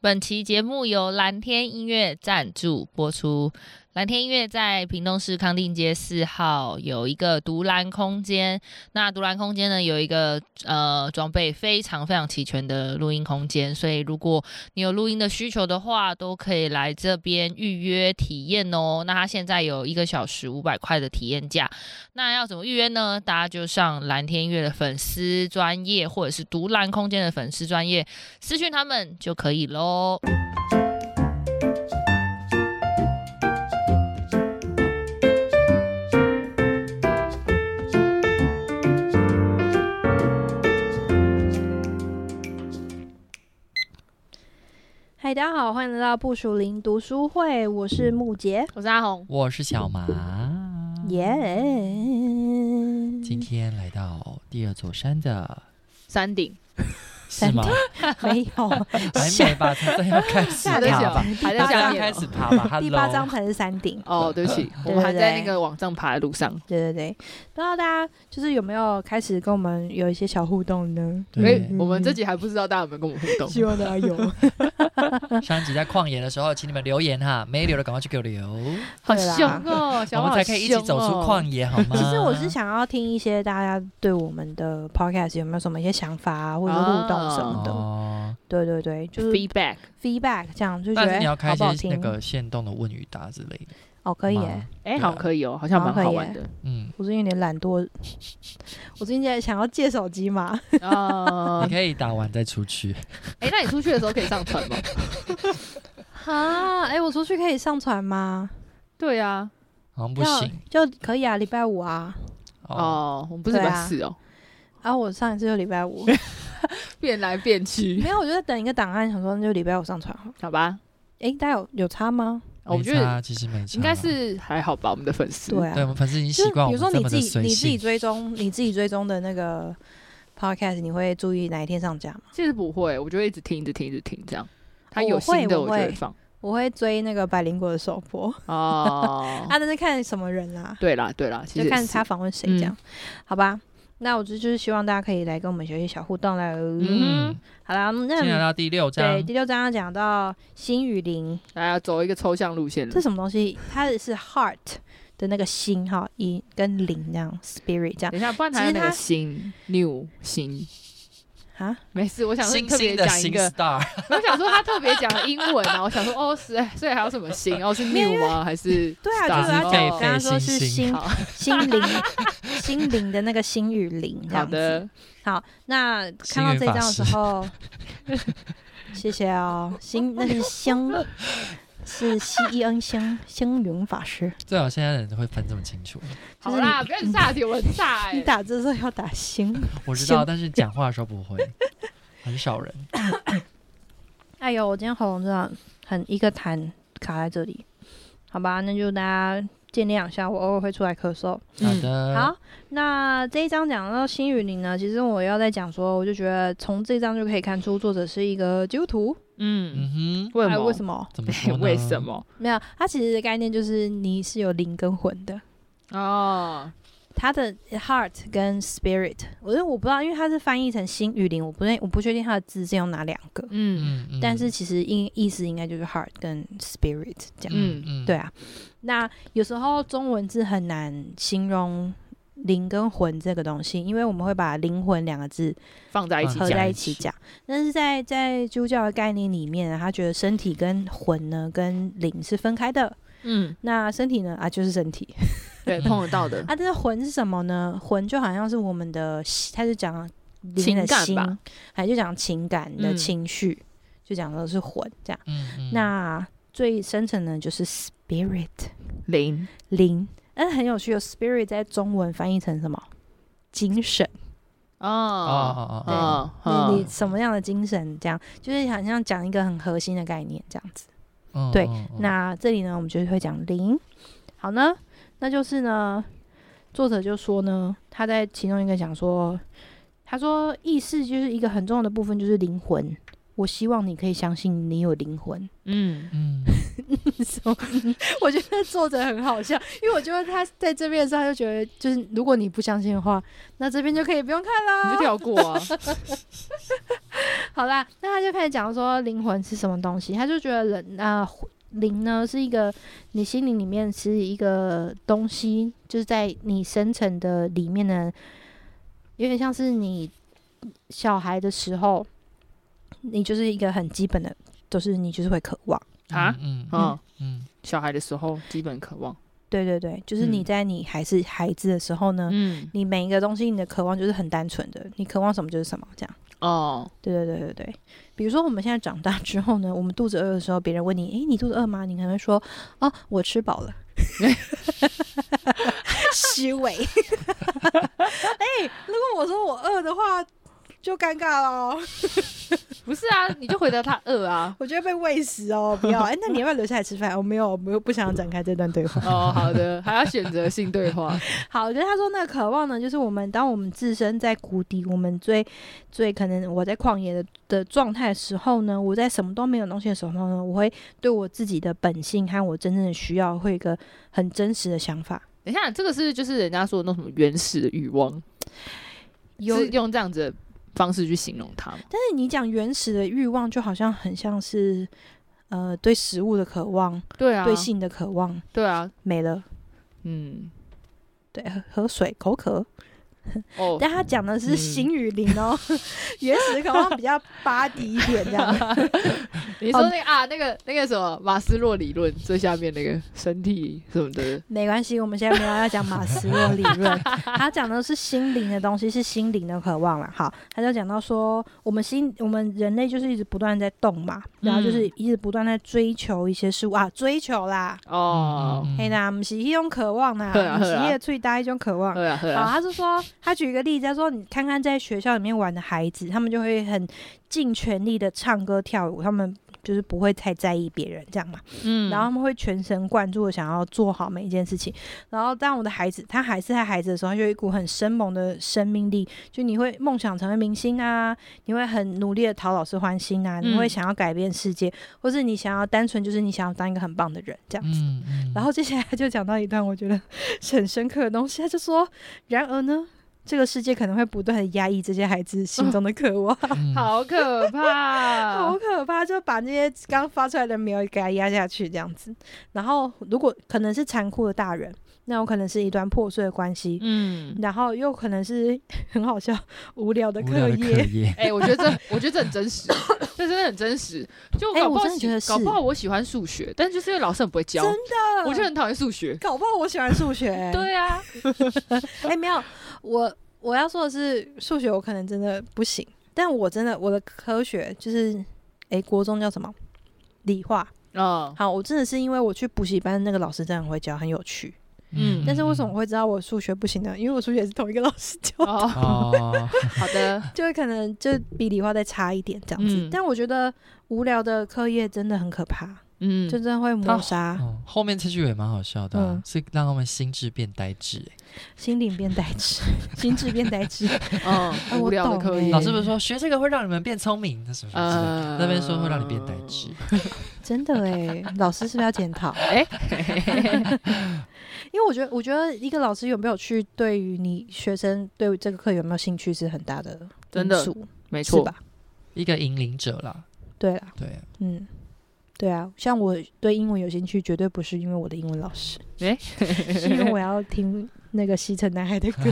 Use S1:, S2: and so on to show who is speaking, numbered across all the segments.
S1: 本期节目由蓝天音乐赞助播出。蓝天音乐在屏东市康定街四号有一个独蓝空间，那独蓝空间呢有一个呃装备非常非常齐全的录音空间，所以如果你有录音的需求的话，都可以来这边预约体验哦。那它现在有一个小时五百块的体验价，那要怎么预约呢？大家就上蓝天音乐的粉丝专业或者是独蓝空间的粉丝专业私讯他们就可以喽。
S2: 嗨，大家好，欢迎来到部署林读书会，我是木杰，
S3: 我是阿红，
S4: 我是小麻，
S2: 耶、
S4: 今天来到第二座山的，
S3: 山顶
S4: 是吗？
S2: 没 有，
S4: 还没吧，才正要开
S3: 还
S4: 始
S2: 下
S3: 在
S2: 掉
S4: 爬
S3: 下
S4: 吧，
S3: 面，还在
S4: 大
S3: 下
S4: 家
S3: 面
S4: 开
S3: 哦
S4: 始爬 吧。
S2: 第八
S4: Hello
S2: 张牌是山顶。
S3: 哦，对不起，我
S2: 对对
S3: 们还在那
S2: 对
S3: 个往上爬的路上。
S2: 对对对，不知道大家就是有没有开始跟我们有一些小互动呢？
S3: 哎
S4: 对，，
S3: 我们这集还不知道大家有没有跟我们互动，
S2: 希望大家有。
S4: 上集在旷野的时候，请你们留言哈，没留的赶快去给我留，我
S3: 好
S2: 对啦
S3: 凶哦，小马
S4: 们
S3: 好
S4: 才可以一起
S3: 凶
S4: 走出
S3: 哦
S4: 旷野好吗？
S2: 其实我是想要听一些大家对我们的 podcast 有没有什么一些想法啊，或者是互动什么的。
S4: 哦，
S2: 对对对，就是
S3: feedback，
S2: feedback 这样就觉
S4: 但
S2: 得
S4: 是你要
S2: 哎
S4: 开
S2: 好不
S4: 一
S2: 好
S4: 些那
S2: 听？
S4: 个限动的问与答之类的，
S2: 哦，可以
S4: 吗
S2: 耶。
S3: 哎，好像可以哦，好像蛮好玩的
S4: 嗯，
S2: 我最近有点懒惰， 我最近在想要借手机嘛，
S3: 啊
S4: 你。可以打完再出去，
S3: 哎，那你出去的时候可以上传吗？
S2: 哈，哎、我出去可以上传吗？
S3: 对啊，
S4: 好像不行
S2: 要就可以啊，礼拜五啊。
S4: 哦。
S3: 哦，我们不是礼
S2: 对
S3: 拜
S2: 啊
S3: 四哦，
S2: 啊，我上一次就礼拜 五，
S3: 变来变去，
S2: 没有，我就在等一个档案，想说那就礼拜五上传好了。
S3: 好吧？
S2: 哎、大家有有差吗？
S3: 我
S4: 哦没
S3: 觉得
S4: 差其实没差，
S3: 应该。是还好吧，我们的粉丝。
S2: 对啊，
S4: 对我们粉丝已经
S2: 就
S4: 习
S2: 是
S4: 惯
S2: 比
S4: 我
S2: 如说
S4: 们这
S2: 你
S4: 么
S2: 自
S4: 的
S2: 己
S4: 随
S2: 你自己
S4: 性，
S2: 追踪你自己追踪的那个 podcast，你会注意哪一天上架吗？
S3: 其实不会，我就一直听，一直听，一直听这样。他
S2: 哦
S3: 有
S2: 我会
S3: 新的，
S2: 我
S3: 我就会
S2: 会
S3: 放。
S2: 我会追那个百灵果的首播，
S3: 哦，
S2: 啊，那是看什么人啦、
S3: 对啦，对啦，其实
S2: 就看
S3: 也是
S2: 他访问谁
S3: 嗯
S2: 这样，好吧？那我就就是希望大家可以来跟我们学习小互动啦。
S4: 嗯，
S2: 好啦，那
S4: 今天来到第六章
S2: 对，第六章要讲到心与灵，
S3: 来啊，走一个抽象路线了
S2: 这。什么东西？它是 heart 的那个心哈，一跟灵这样，spirit 这样
S3: 等一下，不然还有那个新 new 新，
S2: 啊。
S3: 没事，我想说你
S4: 星
S3: 特别
S4: 星的
S3: 讲一
S4: 星
S3: 个，
S4: star，
S3: 我想说他特别讲英文啊，我想说哦是，所以还有什么新？哦是 new 吗？还是
S2: 对啊，
S3: 打
S2: 就是要讲，
S4: 哦
S2: 刚刚说是
S4: 狒狒
S2: 心
S3: 好
S2: 心 灵心灵的那个心与灵这
S3: 好
S2: 样子。
S3: 的？
S2: 好，那看到这一章的时候， 谢谢哦，心那是香，是西伊恩香香云法师。
S4: 最好现在人会分这么清楚。
S3: 好啦，不要炸题，我很炸
S2: 你
S3: 哎。
S2: 打字的时候要打心。
S4: 我知
S2: 先
S4: 道，但是讲话的时候不会，很少人。
S2: 哎呦，我今天喉咙真的很一个痰卡在这里，好吧，那就大家见谅一下，我偶尔会出来咳嗽。
S4: 好
S3: 嗯，
S4: 的，
S2: 好，那这一章讲到心与灵呢，其实我要再讲说，我就觉得从这一章就可以看出作者是一个基督徒。
S3: 嗯，
S4: 嗯哼，
S3: 为
S2: 哎
S3: 什
S2: 为
S3: 么？
S2: 什么？
S4: 怎 么说呢？
S3: 为什？么？
S2: 没有，它其实的概念就是你是有灵跟魂的。
S3: 哦，
S2: 它的 heart 跟 spirit，我就我不知道，因为它是翻译成心与灵，我不太我不确定它的字是用哪两个。
S3: 嗯
S4: 嗯，嗯
S2: 但是其实意意思应该就是 heart 跟 spirit 这样。
S3: 嗯
S4: 嗯
S2: 对，啊，那有时候中文字很难形容灵跟魂这个东西，因为我们会把灵魂两个字
S3: 放在一起
S2: 合
S3: 讲，
S4: 嗯
S2: 在
S4: 在
S2: 一
S4: 一
S2: 起
S4: 起
S2: 讲。但是在在基督教的概念里面、啊，他觉得身体跟魂呢跟灵是分开的。
S3: 嗯，
S2: 那身体呢啊就是身体
S3: 对，
S4: 嗯
S3: 碰得到的
S2: 啊，，但是魂是什么呢？魂就好像是我们的心，他就讲里面
S3: 情
S2: 的
S3: 感
S2: 心
S3: 吧，
S2: 还就讲情感的
S3: 嗯
S2: 情绪，就讲的是魂这样。
S4: 嗯嗯，
S2: 那最深层的就是 spirit
S3: 零
S2: 灵，但很有趣哦，spirit 在中文翻译成什么？精神，
S4: 哦
S3: 哦
S4: 哦
S2: 对
S4: 哦，
S3: 哦
S2: 你
S3: 哦
S2: 你，什么样的精神？这样就是好像讲一个很核心的概念这样子。
S4: 嗯
S2: 对，
S4: 嗯嗯
S2: 那这里呢，我们就会讲灵。好呢，那就是呢，作者就说呢，他在其中一个讲说，他说意识就是一个很重要的部分，就是灵魂。我希望你可以相信你有灵魂。
S3: 嗯，
S4: 嗯，
S2: 什么？ 我觉得作者很好笑，因为我觉得他在这边的时候，他就觉得就是如果你不相信的话，那这边就可以不用看啦。
S3: 你就跳过啊。
S2: 好啦，那他就开始讲说灵魂是什么东西，他就觉得人啊、灵呢是一个你心灵里面是一个东西，就是在你深层的里面呢，有点像是你小孩的时候，你就是一个很基本的，就是你就是会渴望。
S3: 啊
S4: 嗯嗯
S3: 嗯，
S4: 嗯，
S3: 小孩的时候基本渴望，
S2: 对对对，就是你
S3: 嗯
S2: 在你还是孩子的时候呢，
S1: 嗯，
S2: 你每一个东西你的渴望就是很单纯的，你渴望什么就是什么这样。
S3: 哦，
S2: 对对对对对，比如说我们现在长大之后呢，我 们肚子饿的时候，别人问你，诶，你肚子饿吗？你可能会说，哦，我吃饱了，虚 伪。哎、如果我说我饿的话，就尴尬 了，
S3: 不是啊，你就回答他饿 啊。
S2: 我觉得被喂食哦，不要。哎、那你要不要留下来吃饭？我、哦没有，我没有不想展开这段对话。
S3: 哦，好的，还要选择性对话，
S2: 好，我觉得他说那个渴望呢，就是我们当我们置身在谷底，我们最最可能我在旷野的的状态的时候呢，我在什么都没有东西的时候呢，我会对我自己的本性和我真正的需要，会有一个很真实的想法。
S3: 等一下，这个是就是人家说的那种什么原始的欲望，
S2: 有，
S3: 是
S2: 但
S3: 用这样子的方式去形容它吗？
S2: 是你讲原始的欲望，就好像很像是呃对食物的渴望，
S3: 对啊，
S2: 对性的渴望
S3: 对啊，
S2: 没了，
S3: 嗯，
S2: 对喝喝水口渴。
S3: 哦，
S2: 但他讲的是
S3: 嗯
S2: 心与灵哦，原始的渴望比较巴迪一点这样。
S3: 你
S2: 哦
S3: 说那个啊，那个那个什么马斯洛理论最下面那个身体什么的，
S2: 没关系，我们现在没有要讲马斯洛理 论，他讲的是心灵的东西，是心灵的渴望了。好，他就讲到说，我们心，我们人类就是一直不断在动嘛，
S3: 嗯
S2: 然后就是一直不断在追求一些事物啊，追求啦，
S4: 嗯
S3: 哦，
S2: 嘿、啦，不是一种渴望啦，
S3: 对啊
S2: 不是
S3: 对啊
S2: 一个最大一种渴望。
S3: 对啊对
S2: 好，
S3: 啊，
S2: 他是说，他举一个例子，他说你看看在学校里面玩的孩子，他们就会很尽全力的唱歌跳舞，他们就是不会太在意别人这样嘛。
S1: 嗯
S2: 然后他们会全神贯注的想要做好每一件事情。然后当我的孩子他还是他孩子的时候，他就有一股很生猛的生命力，就你会梦想成为明星啊，你会很努力的讨老师欢心啊，你会
S1: 嗯
S2: 想要改变世界，或是你想要单纯就是你想要当一个很棒的人这样。
S4: 嗯嗯
S2: 然后接下来他就讲到一段我觉得 是很深刻的东西，他就说：“然而呢，这个世界可能会不断的压抑这些孩子心中的渴望，
S4: 嗯
S3: 好可怕
S2: 好，可怕！就把那些刚发出来的苗给它压下去，这样子。然后如果可能是残酷的大人，那有可能是一段破碎的关系，
S1: 嗯，
S2: 然后又可能是 很好笑无聊的
S4: 无聊
S2: 课
S4: 的课
S2: 业。
S4: 业，
S3: 哎、我觉得这，我觉得这很真实，这真的很真实。就
S2: 哎
S3: 搞不
S2: 我
S3: 好
S2: 真的
S3: 喜、
S2: 觉得是
S3: 搞不好我喜欢数学，但就是因为老师很不会教，
S2: 真
S3: 的我就很讨厌数学。
S2: 搞不好我喜欢数学、欸
S3: 对啊，
S2: 哎、没有，我我要说的是数学，我可能真的不行，但我真的我的科学就是，哎、国中叫什么？理化。
S3: 嗯，
S2: 好，我真的是因为我去补习班，那个老师真的很会教，很有趣。
S1: 嗯
S2: 但是为什么我会知道我数学不行呢？因为我数学是同一个老师教的。
S3: 哦，
S4: 哦，
S3: 好的，
S2: 就会可能就比理化再差一点这样子。
S1: 嗯
S2: 但我觉得无聊的课业真的很可怕，
S1: 嗯，
S2: 就真的会抹杀、
S4: 哦后面这句也蛮好笑的啊
S2: 嗯，
S4: 是让他们心智变呆滞。哎
S2: 心灵变呆 滞，心智变呆滞。
S3: 嗯，无
S2: 我
S3: 聊的
S2: 懂
S3: 科
S2: 哎
S3: 研，
S4: 老师不是说学这个会让你们变聪明，那什么什么之类的
S3: 呃
S4: 那边说会让你变呆滞。
S2: 真的哎，老师是不是要检讨？
S3: 哎、
S2: 因为我觉得，我觉得一个老师有没有去，对于你学生对这个课有没有兴趣是很大的
S3: 真的
S2: 因素
S3: 没
S2: 是
S3: 错，
S2: 吧？
S4: 一个引领者啦，
S2: 对啦，
S4: 对，啊
S2: 嗯。对啊，像我对英文有兴趣，绝对不是因为我的英文老师，
S3: 哎
S2: 是因为我要听那个西城男孩的歌，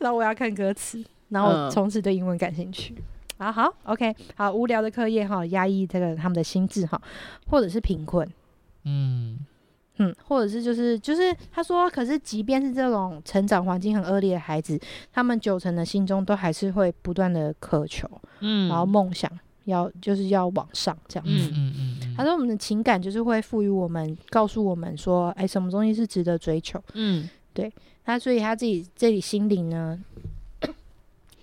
S2: 然后我要看歌词，然后我
S3: 嗯
S2: 从此对英文感兴趣。啊，好，OK，好，无聊的课业哈，压抑这个他们的心智哈，或者是贫困，
S4: 嗯，
S2: 嗯，或者是就是就是他说，可是即便是这种成长环境很恶劣的孩子，他们九成的心中都还是会不断的渴求，
S1: 嗯，
S2: 然后梦想要就是要往上这样子。
S4: 嗯嗯嗯嗯，
S2: 他说：“我们的情感就是会赋予我们，告诉我们说，哎，什么东西是值得追求。
S1: 嗯
S2: 那所以他自己这里心灵呢，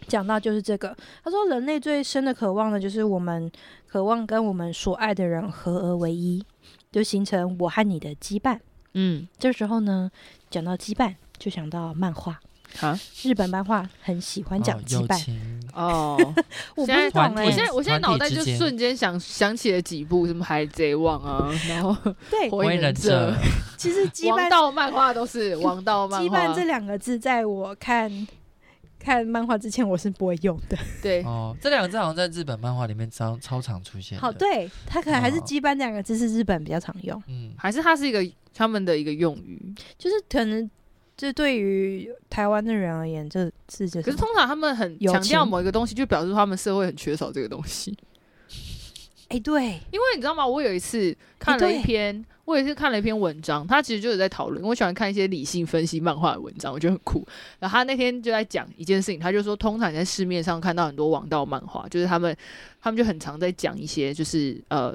S2: 讲到就是这个。他说，人类最深的渴望呢，就是我们渴望跟我们所爱的人合而为一，就形成我和你的羁绊。
S1: 嗯
S2: 这时候呢，讲到羁绊，就想到漫画。
S3: 啊
S2: 日本漫画很喜欢讲击
S4: 友
S2: 败，
S4: 情
S3: 哦，
S2: 我不
S3: 现在
S2: 懂
S4: 团
S2: 哎、
S4: 体
S3: 我现在我现在脑袋就
S4: 团体之间
S3: 瞬间想想起了几部，什么海贼王啊，然后
S2: 对，
S3: 火影忍者、
S2: 其实羁
S3: 王
S2: 绊
S3: 道漫画都是王道漫
S2: 羁绊
S3: 画
S2: 这，两个字，在我看看漫画之前，我是不会用的。
S3: 对，
S4: 哦，这两个字好像在日本漫画里面超超常出现的。
S2: 好，，对，它可能还是
S4: 哦
S2: 羁绊这两个字是日本比较常用，
S4: 嗯，
S3: 还是它是一个他们的一个用语。
S2: 就是可能这对于台湾的人而言，这是就
S3: 可是
S2: 是
S3: 通常他们很
S2: 友
S3: 强调
S2: 情
S3: 某一个东西，就表示他们社会很缺少这个东西。
S2: 哎、对，
S3: 因为你知道吗？我有一次看了一
S2: 对
S3: 篇，我有一次看了一篇文章，他其实就是在讨论。我喜欢看一些理性分析漫画的文章，我觉得很酷。然后他那天就在讲一件事情，他就说，通常你在市面上看到很多王道漫画，就是他们他们就很常在讲一些，就是呃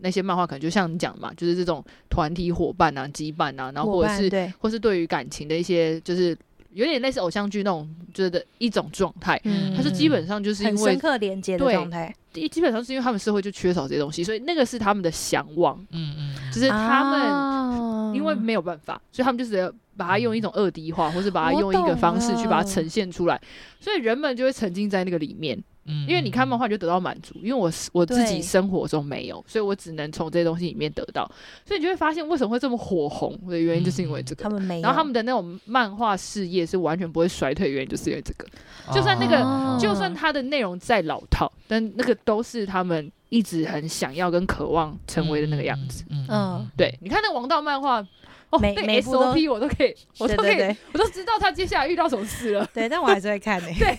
S3: 那些漫画可能就像你讲的嘛，就是这种团体伙伴啊、羁绊啊，然后
S2: 伙
S3: 或者
S2: 伴
S3: 是
S2: 对，
S3: 或是对于感情的一些，就是有点类似偶像剧那种，就是的一种状态。
S4: 嗯
S3: 他说，基本上就是因
S2: 很
S3: 为
S2: 深刻连接的
S3: 对
S2: 状态，
S3: 第基本上是因为他们社会就缺少这些东西，所以那个是他们的向往，
S4: 嗯嗯，
S3: 就是他
S2: 啊
S3: 们
S2: 们
S3: 因为没有办法，所以他们就只能把它用一种二 D 化，或是把它
S2: 我
S3: 用一个
S2: 懂
S3: 方式去把它
S2: 了
S3: 呈现出来，所以人们就会沉浸在那个里面。
S4: 嗯
S3: 因为你看漫
S4: 画，
S3: 画就得到满足，因为我我自己
S2: 对
S3: 生活中没有，所以我只能从这些东西里面得到，所以你就会发现为什么会这么火红的原因，就是因为这
S2: 嗯他
S3: 个。
S2: 们没有，
S3: 然后他们的那种漫画事业是完全不会衰退，原因就是因为这个。就算那个
S4: 哦
S3: 就
S2: 嗯
S3: 算它的内容再老套，但那个都是他们一直很想要跟渴望成为的那个样子。，
S4: 嗯
S2: 嗯，
S3: 对，你看那王道漫画，哦，
S2: 每
S3: 那个
S2: 每部都
S3: SOP 我都可以，我
S2: 对
S3: 都可
S2: 对
S3: 以，
S2: 对
S3: 我都知道他接下来遇到什么 事了。
S2: 对，但我还是会 看的、 欸。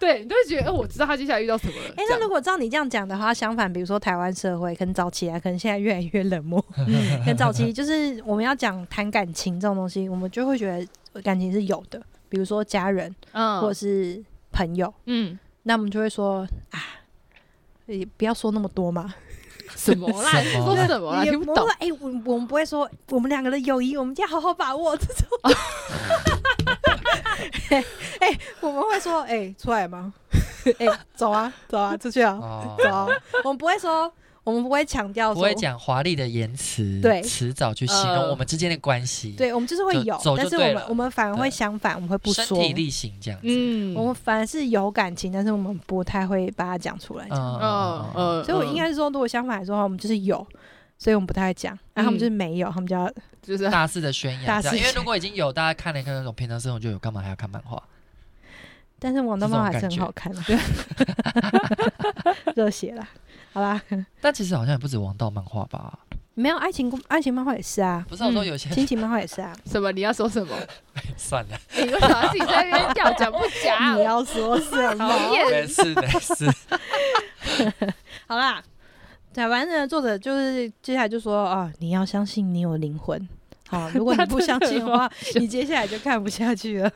S3: 对，你都会觉得，哦，我知道他接下来遇到什么了。
S2: 哎、
S3: 这
S2: 那
S3: 样
S2: 如果照你这样讲的话，相反，比如说台湾社会，可能早期啊，可能现在越来越冷漠，跟早期就是我们要讲谈感情这种东西，我们就会觉得感情是有的，比如说家人或者
S3: 嗯
S2: 是朋友，
S3: 嗯，
S2: 那我们就会说啊，也不要说那么多嘛，
S3: 什么 啦？你
S4: 什
S3: 是
S4: 么
S3: 说什么啦？
S2: 也
S3: 听不
S2: 会
S3: 懂
S2: 说。哎、我我们不会说我们两个的友谊，我们一定要好好把握这 种。 哎、哎我们会说，哎、出来吗？ 哎、走啊，走啊，出去啊，
S4: 哦
S3: 嗯
S2: 走啊。 我们不会说，我们不会强调，
S4: 不会，讲华丽的言辞、
S2: 对
S4: 词藻去形容
S3: 呃
S4: 我们之间的关系，，
S2: 对，我们就是会
S4: 就
S2: 有，
S4: 走就
S2: 但是我
S4: 对
S2: 们
S4: 了
S2: 我们反而会
S4: 对
S2: 相反，我们会不
S4: 身
S2: 说，
S4: 体力行这样子，
S3: 嗯
S2: 我们反而是有感情，但是我们不太会把它讲出来。
S4: 嗯
S3: 嗯
S4: 嗯，
S3: 嗯，
S2: 所以我应该是说，如果相反来说的话，我们就是有，所以我们不太会讲，然后他们就是没有，他们就要
S3: 就是
S4: 嗯大肆的宣
S2: 大
S4: 扬，
S2: 肆
S4: 这样因为
S2: 宣
S4: 如果已经有大家看了看那种平常生活就有，干嘛还要看漫画？
S2: 但是王道漫画还是很好看的， 热血啦，好啦，
S4: 但其实好像也不止王道漫画吧，
S2: 没有爱情故爱情漫画也是啊，
S4: 不是我说
S3: 嗯
S4: 有些
S2: 亲情漫画也 是啊，
S3: 什么？你要说什么？
S4: 算了，
S3: 你为什么要自己在那边讲讲不
S4: 哦
S2: 你
S3: 讲？
S2: 要说什么？
S3: 讨厌
S4: 没事没事，
S2: 好啦，对，反正呢作者就是接下来就说啊，你要相信你有灵魂。 好，如果你不相信的话，你接下来就看不下去了。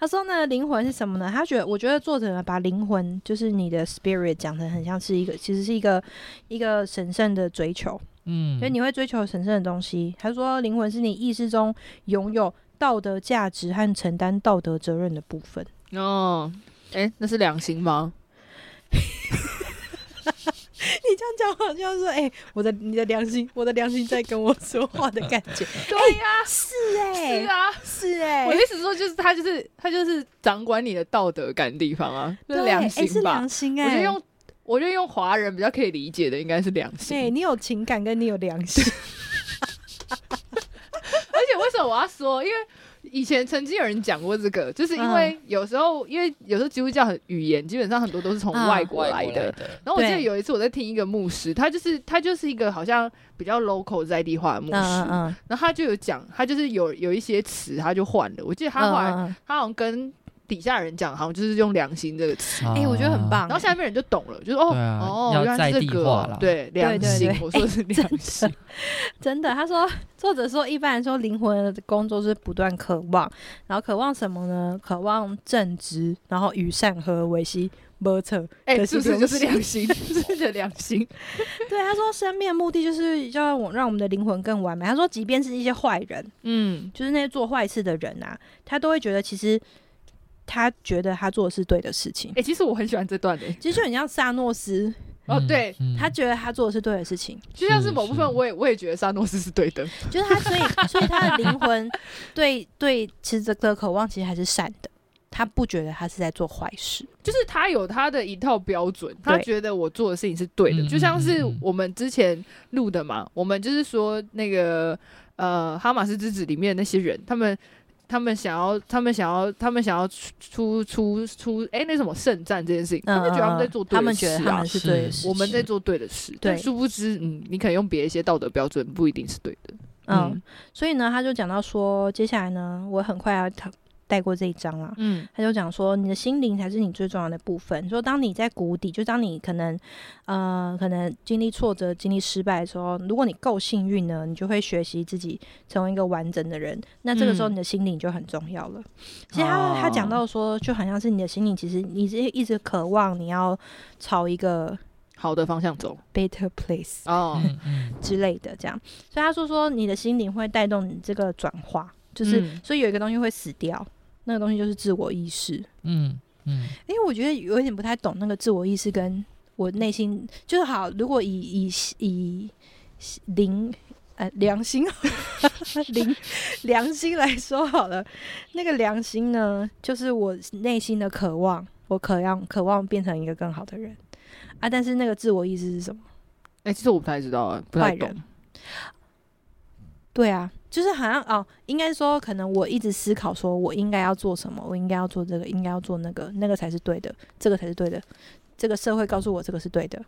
S2: 他说呢，灵魂是什么呢？他觉得，我觉得作者呢把灵魂就是你的 spirit 讲的很像是一个，其实是一个一个神圣的追求。
S4: 嗯
S2: 所以你会追求神圣的东西。他说，灵魂是你意识中拥有道德价值和承担道德责任的部分。
S3: 哦，哎，那是良心吗？
S2: 你这样讲，好像说，哎、我的你的良心，我的良心在跟我说话的感觉。
S3: 对呀，
S2: 是哎、
S3: 是啊，
S2: 是哎、
S3: 我的意思说，就是他就是他就是掌管你的道德感地方啊，
S2: 对
S3: 那良
S2: 哎是
S3: 心吧
S2: 良。心哎、
S3: 我觉得用我觉得用华人比较可以理解的应该是良
S2: 对、
S3: 心。
S2: 你有情感，跟你有良 心，
S3: 而且为什么我要说？因为以前曾经有人讲过这个，就是因
S2: 嗯
S3: 为有时候因为有时候基督教很语言基本上很多都是从
S2: 嗯
S3: 外国来的。
S4: 的，
S3: 然后我记得
S2: 对
S3: 有一次我在听一个牧师，他就是他就是一个好像比较 local 在地化的牧师，
S2: 嗯
S3: 然后他就有讲，他就是有有一些词他就换了。我记得他后来、
S2: 嗯
S3: 他好像跟底下人讲，好像就是用良心这个词。
S2: 哎、我觉得很
S4: 啊。
S2: 棒、
S3: 然后下面人就懂了，就是哦、
S4: 对啊
S3: 哦，
S4: 要
S3: 原来是这
S4: 在地
S3: 个
S4: 化
S3: 哦
S4: 啦
S3: 对良
S2: 对
S3: 心，
S2: 对
S3: 我说 的是良心，
S2: 真的，他说作者说，一般来说，灵魂的工作是不断渴望，然后渴望什么呢？渴望正直，然后与善和为息。没错，
S3: 哎、
S2: 可
S3: 是
S2: 是
S3: 不是就是
S2: 良
S3: 良心？ 是不是良心？
S2: 对他说，生命的目的就是要让我让我们的灵魂更完美。他说，即便是一些坏人，
S3: 嗯，
S2: 就是那些做坏事的人啊，他都会觉得其实他觉得他做的是对的事情
S3: 哎、。其实我很喜欢这段的、
S2: 其实就很像萨诺斯，
S3: 哦对
S4: 嗯
S2: 他觉得他做的是对的事情，
S3: 就像是某部分，我也我也觉得沙诺斯是对的。
S2: 就是他所以所以他的灵魂对对其实的渴望其实还是善的。他不觉得他是在做坏事。
S3: 就是他有他的一套标准，他
S2: 对
S3: 觉得我做的事情是对的，
S4: 嗯
S3: 就像是
S4: 嗯嗯嗯
S3: 我们之前录的嘛，我们就是说那个呃哈马斯之子里面那些人，他们他们想要他们想要他们想要出出出出哎、那什么圣战这件事情，他们觉得他们在做对
S2: 呃嗯他
S3: 的
S2: 们
S3: 事
S2: 觉得他
S3: 啊
S2: 们。是对的
S4: 是
S2: 事情。
S3: 我们在做对的事，但
S2: 对
S3: 殊不知，嗯，你可能用别的一些道德标准，不一定是对的。
S2: 嗯，所以呢，他就讲到说，接下来呢，我很快要他带过这一章啦。
S3: 嗯
S2: 他就讲说，你的心灵才是你最重要的部分。说当你在谷底，就当你可能，呃，可能经历挫折、经历失败的时候，如果你够幸运呢，你就会学习自己成为一个完整的人。那这个时候，
S3: 嗯
S2: 你的心灵就很重要了。其实他、
S3: 哦
S2: 他讲到说，就好像是你的心灵，其实你是一直渴望你要朝一个
S3: 好的方向走
S2: better place
S3: 哦，
S4: 嗯嗯，
S2: 之类的这样。所以他说说，你的心灵会带动你这个转化，就是、
S3: 嗯
S2: 所以有一个东西会死掉，那个东西就是自我意识。
S4: 嗯嗯，
S2: 因为我觉得有一点不太懂那个自我意识跟我内心，就是好，如果以以以灵呃良心 灵良心来说好了，那个良心呢，就是我内心的渴望，我渴望渴望变成一个更好的人啊，但是那个自我意识是什么？
S3: 哎、其实我不太知道，啊，不太
S2: 坏
S3: 懂
S2: 人。对啊，就是好像哦，应该说可能我一直思考说我应该要做什么，我应该要做这个，应该要做那个，那个才是对的，这个才是对的，这个社会告诉我这个是对的，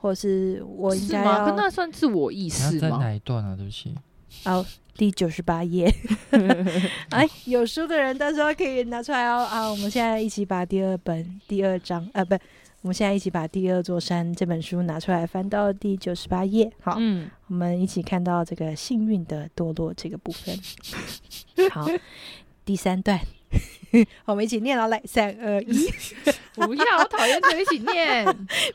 S2: 或者是我应
S3: 是
S2: 该
S3: 吗？可
S2: 要
S3: 那算自我意
S4: 你要
S3: 识
S4: 在
S3: 吗？
S4: 哪一段啊？对不起，
S2: 哦，第九十八 页，哎，有书的人到时候可以拿出来哦啊，我们现在一起把第二本第二章啊，不，我们现在一起把《第二座山》这本书拿出来翻到第九十八页，好，
S3: 嗯，
S2: 我们一起看到这个幸运的堕落这个部分。好，第三段， 我们一起念了，来，三二一，
S3: 不要，我讨厌在一起念。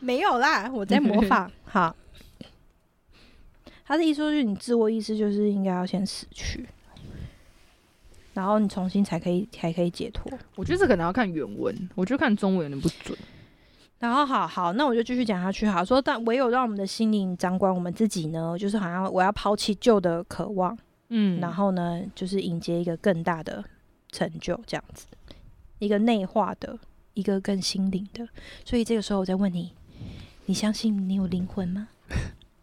S2: 没有啦，我在模仿。好，他的意思就是你自我意识就是应该要先死去，然后你重新才可以才可以解脱。
S3: 我觉得这可能要看原文，我觉得看中文有点不准。
S2: 然后好好，那我就继续讲下去。好，说但唯有让我们的心灵掌管我们自己呢，就是好像我要抛弃旧的渴望，
S3: 嗯
S2: 然后呢，就是迎接一个更大的成就，这样子，一个内化的，一个更心灵的。所以这个时候，我在问你，你相信你有灵魂吗？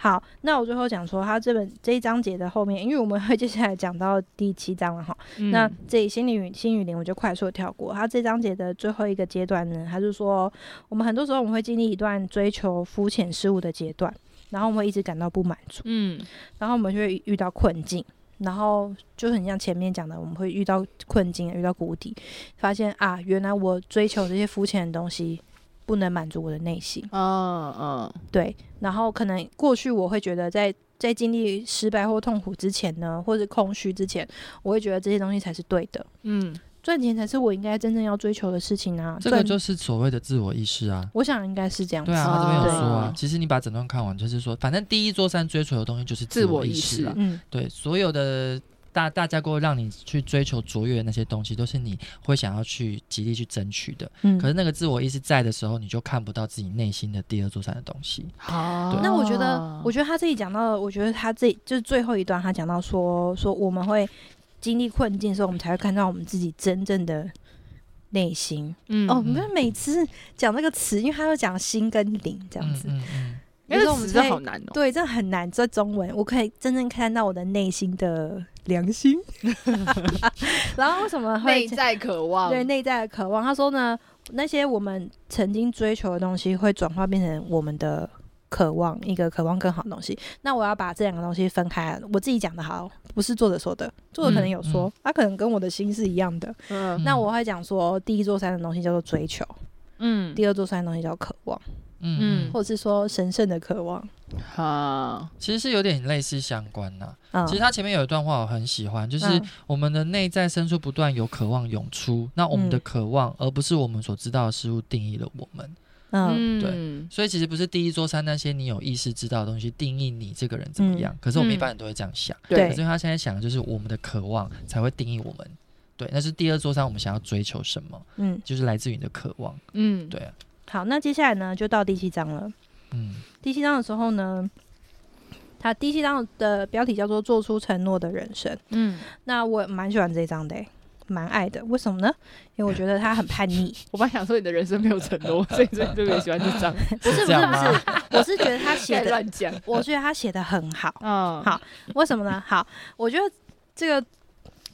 S2: 好，那我最后讲说，他这本这一章节的后面，因为我们会接 下来讲到第七章了哈。
S3: 嗯
S2: 那这里心理与心与灵，我就快速地跳过。他这章节的最后一个阶段呢，他就说，我们很多时候我们会经历一段追求肤浅事物的阶段，然后我们会一直感到不满足。
S3: 嗯
S2: 然后我们就会遇到困境，然后就很像前面讲的，我们会遇到困境，遇到谷底，发现啊，原来我追求这些肤浅的东西不能满足我的内心，
S3: 嗯
S2: 对，然后可能过去我会觉得在。在经历失败或痛苦之前呢，或者空虚之前，我会觉得这些东西才是对的，
S3: 嗯
S2: 赚钱才是我应该真正要追求的事情啊。
S4: 这个
S2: 赚
S4: 就是所谓的自我意识啊。
S2: 我想应该是这样子。
S4: 对啊，他这边有说啊
S3: 哦对，
S4: 其实你把整段看完，就是说，反正第一座山追求的东西就是
S3: 自我
S4: 我
S3: 意识
S4: 识啊
S3: 啊
S2: 嗯，
S4: 对，所有的大大架构让你去追求卓越的那些东西，都是你会想要去极力去争取的。
S2: 嗯
S4: 可是那个自我意识在的时候，你就看不到自己内心的第二座山的东西。
S3: 好
S2: 那我觉
S3: 哦
S2: 得，我觉得他自己讲到，我觉得他自己就是最后一段，他讲到说说我们会经历困境的时候，我们才会看到我们自己真正的内心。
S3: 嗯
S2: 哦，我们每次讲这个词，因为他要讲心跟灵这样子，
S4: 嗯嗯
S3: 因
S2: 有
S3: 为
S2: 时候我
S3: 词
S2: 们
S3: 真
S2: 才
S3: 的好难哦。
S2: 对，这很难。这中文，我可以真正看到我的内心的良心。 然后为什么会
S3: 内在渴望，
S2: 对内在的渴望？他说呢，那些我们曾经追求的东西，会转化变成我们的渴望，一个渴望更好的东西。那我要把这两个东西分开。啊我自己讲的好，不是作者说的，作者可能有说，他、可能跟我的心是一样的。
S3: 嗯
S2: 那我会讲说，第一座山的东西叫做追求，
S3: 嗯
S2: 第二座山的东西叫渴望，
S4: 嗯
S3: 嗯
S4: 嗯
S2: 或者是说神圣的渴望。
S3: 好，
S4: 其实是有点类似相关呐、
S2: 嗯，
S4: 其实他前面有一段话我很喜欢，就是
S2: 嗯
S4: 我们的内在深处不断有渴望涌出，那我们的
S2: 嗯
S4: 渴望，而不是我们所知道的事物定义了我们。
S2: 嗯
S3: 对，
S4: 所以其实不是第一座山那些你有意识知道的东西定义你这个人怎么样，可是我们一般人都会这样想。
S2: 对
S4: 可是他现在想的就是我们的渴望才会定义我们。对，那是第二座山，我们想要追求什么，
S2: 嗯，
S4: 就是来自于你的渴望。
S3: 嗯，
S4: 对啊，
S2: 好，那接下来呢，就到第七章了。
S4: 嗯
S2: 第七章的时候呢，他第七章的标题叫做“做出承诺的人生”。
S3: 嗯
S2: 那我蛮喜欢这一章的欸、蛮爱的，为什么呢？因为我觉得他很叛逆。
S3: 我本来想说你的人生没有承 诺，所以所以特别喜欢这张，
S2: 不是 不
S4: 是这
S2: 是
S4: 样
S2: 不
S4: 吗？
S2: 是，我 是觉得他写
S3: 别
S2: 的，
S3: 乱讲。
S2: 我觉得他写的很好。
S3: 嗯，
S2: 好为什么呢？好，我觉得这个。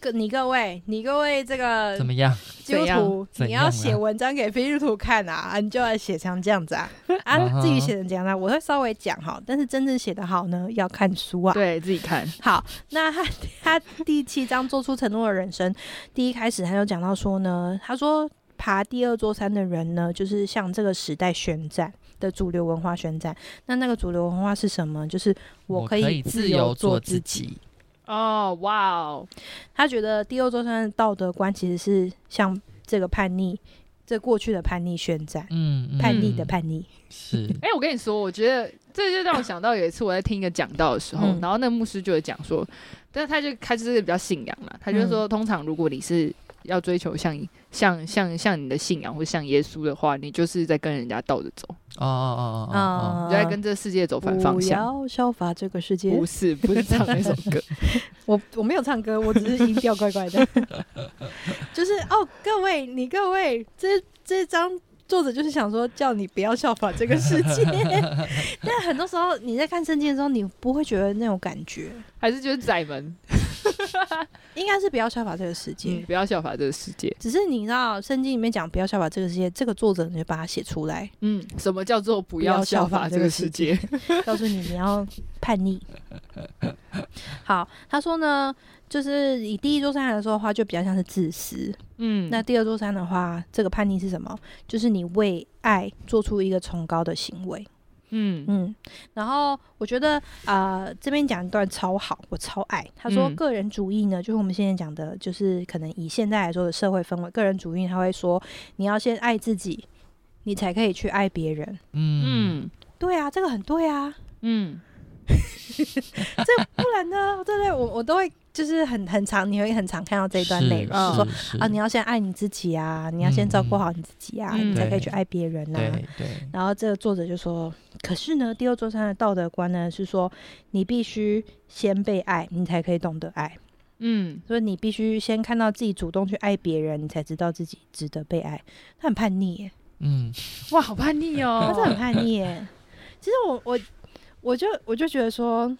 S2: 各你各位，你各位这个
S4: 怎么样？
S2: 基督
S3: 怎样
S2: 徒，
S4: 怎
S2: 你要
S4: 样
S2: 写
S4: 啊
S2: 文章给非基督徒看啊，啊你就要写成这样子啊，啊，至于写成怎样呢？我会稍微讲哈，但是真正写得好呢，要看书啊。
S3: 对自己看，
S2: 好，那他他第七章做出承诺的人生，第一开始他就讲到说呢，他说爬第二座山的人呢，就是向这个时代宣战的主流文化宣战。那那个主流文化是什么？就是我可
S4: 可以
S2: 以
S4: 自
S2: 自
S4: 由
S2: 由
S4: 做
S2: 做
S4: 自
S2: 自
S4: 己
S2: 己。
S3: 哦，哇哦，
S2: 他觉得第二座山的道德观其实是向这个叛逆，这过去的叛逆宣战，
S4: 嗯，嗯
S2: 叛逆的叛逆。
S4: 是，
S3: 哎、我跟你说，我觉得这就让我想到有一次我在听一个讲道的时候，
S2: 嗯
S3: 然后那牧师就有讲说，但是他就他就是比较信仰嘛，他就是说，通常如果你是要追求像像像像你的信仰或像耶稣的话，你就是在跟人家倒着走，
S4: 哦哦 哦哦哦，
S2: 啊，
S3: 你就在跟这个世界走反方向。
S2: 不要效法这个世界
S3: 不。是不是唱那首 歌，
S2: 我我没有唱歌，我只是音调怪怪的。就是哦，各位，你各位，这这张作者就是想说叫你不要效仿这个世界。但很多时候你在看圣经的时候，你不会觉得那种感觉，
S3: 还是就是窄门，嗯
S2: 应该是不要效法这个世界。
S3: 嗯，不要效法这个世界。
S2: 只是你知道，圣经里面讲不要效法这个世界，这个作者你就把它写出来，
S3: 嗯，什么叫做不
S2: 不要
S3: 要
S2: 效
S3: 效
S2: 法
S3: 法
S2: 这
S3: 这
S2: 个
S3: 个
S2: 世
S3: 世
S2: 界
S3: 界？
S2: 告诉你你要叛逆。好，他说呢，就是以第一座山来说的话，就比较像是自私。
S3: 嗯，
S2: 那第二座山的话，这个叛逆是什么？就是你为爱做出一个崇高的行为。
S3: 嗯
S2: 嗯，然后我觉得啊、呃这边讲一段超好，我超爱。他说，
S3: 嗯
S2: 个人主义呢，就是我们现在讲的，就是可能以现在来说的社会氛围，个人主义他会说，你要先爱自己，你才可以去爱别人。
S4: 嗯嗯，
S3: 嗯
S2: 对啊，这个很对啊，
S3: 嗯，
S2: 不然呢，对对，我我都会就是很很常，你会很常看到这一段内容，
S3: 是
S2: 说
S4: 是
S2: 啊，你要先爱你自己啊，你要先照顾好你自己啊，
S3: 嗯
S2: 你才可以去
S4: 对
S2: 爱别人啊呐、
S4: 对对，
S2: 然后这个作者就说：“可是呢，第二座山的道德观呢是说，你必须先被爱，你才可以懂得爱。
S3: 嗯，
S2: 所以你必须先看到自己主动去爱别人，你才知道自己值得被爱。”他很叛逆耶，
S4: 嗯，
S3: 哇，好叛 逆
S2: 他
S3: 哦
S2: 是！很叛逆耶。其实我我我就我就觉得说，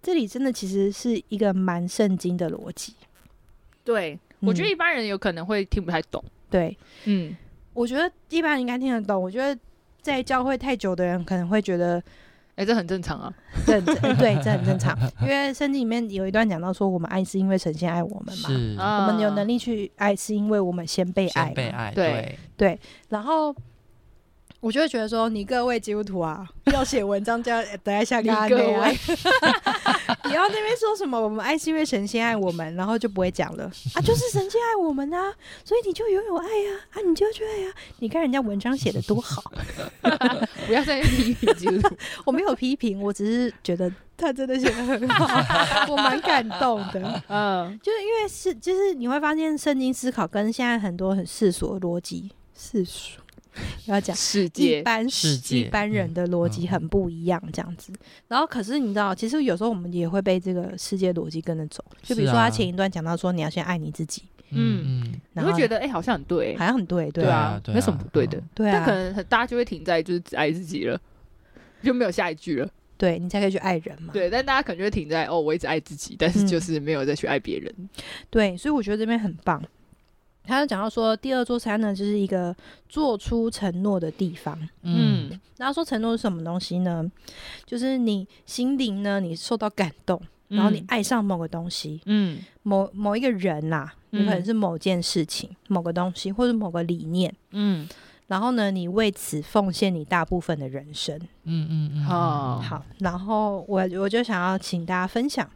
S2: 这里真的其实是一个蛮圣经的逻辑。
S3: 对，我觉得
S2: 嗯
S3: 一般人有可能会听不太懂。
S2: 对，
S3: 嗯，
S2: 我觉得一般人应该听得懂。我觉得在教会太久的人可能会觉得
S3: 哎、这很正常啊。
S2: 这很正呃对，这很正常，因为圣经里面有一段讲到说，我们爱是因为神先爱我们嘛，
S4: 是
S2: 嗯我
S3: 啊
S2: 们有能力去爱是因为我们先哦被爱
S4: 先
S2: 嘛，
S4: 被爱，
S3: 对
S4: 对，
S2: 然后。我就会觉得说，你各位基督徒啊，要写文章就要等在下
S3: 你
S2: 个
S3: 各
S2: 内啊
S3: 位，
S2: 不要那边说什么我们爱是因为神先爱我们，然后就不会讲了啊，就是神先爱我们啊，所以你就拥有爱呀、啊，啊，你就要去爱呀、你看人家文章写的多好，
S3: 不要再批评 基督徒。
S2: 我没有批评，我只是觉得他真的写的很 好，我蛮感动的。
S3: 嗯，
S2: 就是因为是，就是你会发现圣经思考跟现在很多很世俗的逻辑，世俗要讲
S3: 世
S2: 一
S3: 界，
S2: 般
S4: 世界嗯
S2: 一般人的逻辑很不一样，这样子。然后可是你知道，其实有时候我们也会被这个世界逻辑跟着走。就比如
S4: 是
S2: 说
S4: 啊
S2: 他前一段讲到说，你要先爱你自己，
S4: 嗯嗯，
S2: 然
S3: 你
S2: 后
S3: 会觉得哎、好像很对、
S2: 好像很对，
S4: 对啊
S3: 啊，
S4: 对啊
S3: 没什么不对的。
S4: 嗯
S2: 对
S3: 但可
S2: 啊，
S3: 能很大家就会停在就是只爱自己了，就没有下一句了。
S2: 对你才可以去爱人嘛。
S3: 对，但大家可能就会停在哦，我一直爱自己，
S2: 嗯
S3: 但是就是没有再去爱别人。
S2: 对，所以我觉得这边很棒。他就讲到说，第二座山呢，就是一个做出承诺的地方。
S4: 嗯，
S2: 然后说承诺是什么东西呢？就是你心灵呢，你受到感动，
S3: 嗯
S2: 然后你，爱上某个东西，
S3: 嗯
S2: 某某一个人啦、有
S3: 嗯
S2: 可能是某件事情、某个东西，或者某个理念。
S3: 嗯，
S2: 然后呢，你为此奉献你大部分的人生。
S4: 嗯嗯嗯，
S3: 哦
S2: 好，然后我我就想要请大家分享，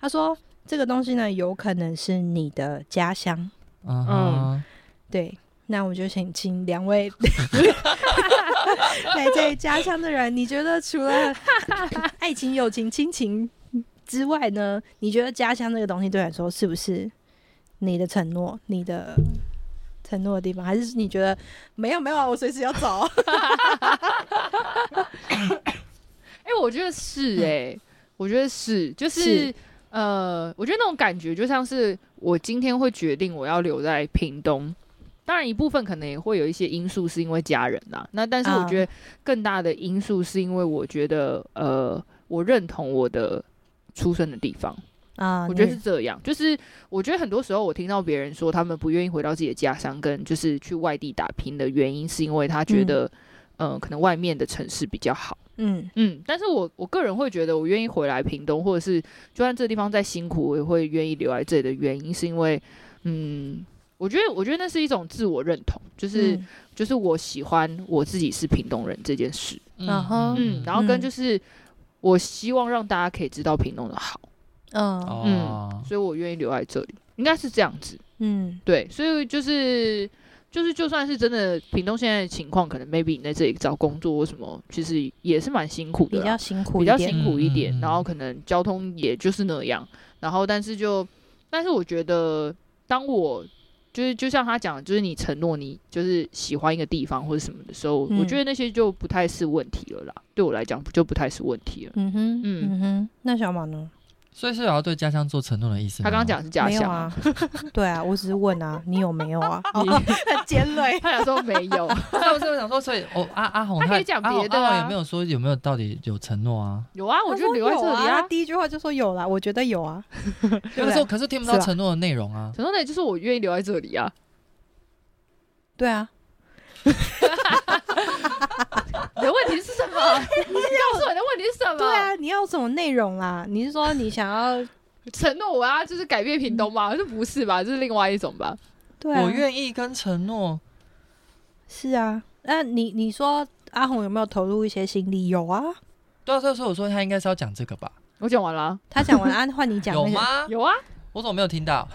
S2: 他说这个东西呢，有可能是你的家乡。
S4: 嗯哼，
S2: 对，那我就请请两位 来自于家乡的人，你觉得除 了爱情、友情、亲情之外呢？你觉得家乡这个东西对你来说是不是你的承诺？你的承诺的地方，还是你觉得没有没有啊，我随时要 走？
S3: 嗯哎、我觉得是哎、我觉得是，就是是呃，我觉得那种感觉就像是我今天会决定我要留在屏东，当然一部分可能也会有一些因素是因为家人啦，那但是我
S2: 嗯
S3: 觉得更大的因素是因为我觉得呃，我认同我的出生的地方。
S2: 啊，
S3: 我觉得
S2: 你
S3: 是这样，就是我觉得很多时候我听到别人说他们不愿意回到自己的家乡，跟就是去外地打拼的原因，是因为他觉得，嗯、可能外面的城市比较好。
S2: 嗯
S3: 嗯，但是我我个人会觉得，我愿意回来屏东，或者是就算这地方再辛苦，我也会愿意留在这里的原因，是因为，嗯，我觉得我觉得那是一种自我认同，就是、
S2: 嗯
S3: 就是我喜欢我自己是屏东人这件事。
S2: 然后
S3: 嗯，然后跟
S2: 嗯
S3: 就是、我希望让大家可以知道屏东的好。
S2: 嗯
S4: 哦，
S3: 所以我愿意留在这里，应该是这样子。
S2: 嗯
S3: 对，所以就是就是，就算是真的屏东现在的情况，可能 maybe 你在这里找工作或什么，其实也是蛮辛苦的
S2: 比
S3: 啦，
S2: 较辛苦
S3: 啊比
S2: 一
S3: 较
S2: 点，
S3: 辛苦一
S4: 嗯嗯
S3: 点，
S4: 嗯
S3: 然后可能交通也就是那样，然后但是就，但是我觉得，当我就是就像他讲的，就是你承诺你就是喜欢一个地方或者什么的时候，我
S2: 嗯
S3: 觉得那些就不太是问题了啦，对我来讲就不太是问题了。
S2: 嗯哼
S3: 嗯
S2: 嗯哼，那小马呢？
S4: 所以是有要对家乡做承诺的意思吗。
S3: 他刚刚讲的是家
S2: 没有
S3: 乡
S2: 啊，对啊，我只是问啊，你有没有啊？哦，很尖锐，
S3: 他想说没有，
S4: 那我是想说，所以哦，阿阿红
S3: 他可以讲
S4: 阿红
S3: 别的
S4: 阿红
S3: 啊
S4: 有没有说有没有到底有承诺啊？
S3: 有啊，我就留在这
S2: 他说
S3: 里
S2: 有
S3: 啊
S2: 他。第一句话就说有啦，我觉得有啊，对
S4: 可
S2: 不
S4: 是
S2: 对？
S4: 可是听不
S2: 是
S4: 到
S2: 吧
S4: 承诺的内容啊。
S3: 陈东磊就是我愿意留在这里啊，
S2: 对啊，
S3: 你的问题是什么？ 告诉我你的问题是什么？
S2: 对，啊，你要什么内容啦？你是说你想 要？
S3: 承诺我要就是改变屏东吗？这不是吧？这是另外一种吧？
S2: 对啊，
S4: 我愿意跟承诺，
S2: 是啊，那你你说阿红有没有投入一些心力？有啊，
S4: 对啊，所以说我说他应该是要讲这个吧？
S3: 我讲完了啊，
S2: 他讲 完，啊，换你讲
S4: 有
S2: 那个，
S4: 吗？
S3: 有啊，
S4: 我怎么没有 听到？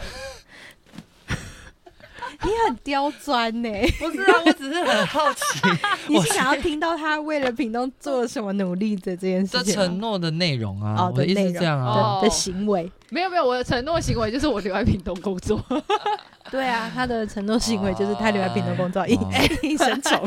S2: 你很刁钻 呢、
S4: 不是啊，我只是很好 奇
S3: 啊
S2: 你
S4: 我
S2: 是想要听到他为了屏东做了什么努力的这件
S4: 这
S2: 事情
S4: 承
S2: 吗？
S4: 诺的内容啊。
S2: 哦
S4: 我的
S2: 的
S4: 意思
S2: 内
S4: 是
S2: 容
S4: 这样
S3: 对
S4: 啊。
S2: 的
S3: 哦
S2: 的行为，
S3: 没有没有，我的承诺行为就是我留在屏东工作。
S2: 对啊，他的承诺行为就是他留在屏东工作，
S4: 哦
S2: 一一身丑。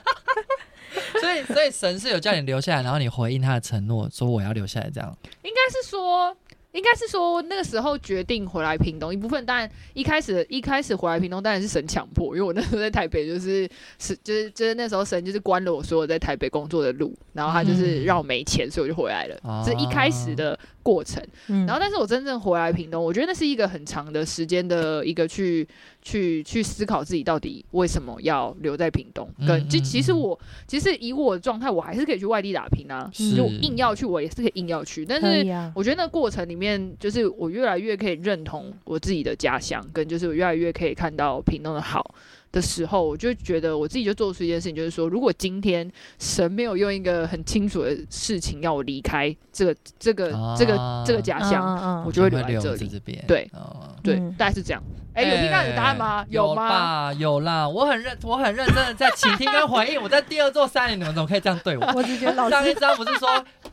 S4: 所以所以神是有叫你留下来，然后你回应他的承诺，说我要留下来这样。
S3: 应该是说，应该是说那个时候决定回来屏东一部分，当然一开始一开始回来屏东当然是神强迫，因为我那时候在台北就是是 就是就是那时候神就是关了我所有在台北工作的路，然后他就是
S4: 嗯
S3: 让我没钱，所以我就回来了，
S4: 啊
S3: 这是一开始的过程。
S2: 嗯
S3: 然后，但是我真正回来屏东，我觉得那是一个很长的时间的一个去去去思考自己到底为什么要留在屏东。
S4: 嗯
S3: 跟
S4: 嗯
S3: 其其实
S4: 嗯
S3: 我其实以我的状态，我还是可以去外地打拼啊，
S4: 是
S3: 就硬要去，我也是可以硬要去。但
S2: 可
S3: 是
S2: 以啊，
S3: 我觉得那过程里面，就是我越来越可以认同我自己的家乡，跟就是我越来越可以看到屏东的好的时候，我就觉得我自己就做出一件事情，就是说，如果今天神没有用一个很清楚的事情要我离开这个这个、这个
S4: 啊
S3: 这个家乡。
S2: 嗯
S3: 我
S2: 嗯
S3: 就会留
S4: 留
S3: 在这
S4: 在
S3: 里。
S4: 这边。
S3: 对
S4: 哦
S3: 对
S2: 嗯，
S3: 大概是这样。哎，有听到你的答案吗
S4: 哎？
S3: 吗？
S4: 吧？有啦，我很认，我很认真的在倾听跟回应。我在第二座山里，你们怎么可以这样对我？
S2: 嗯，我只觉得老
S4: 上一
S2: 师
S4: 章不是说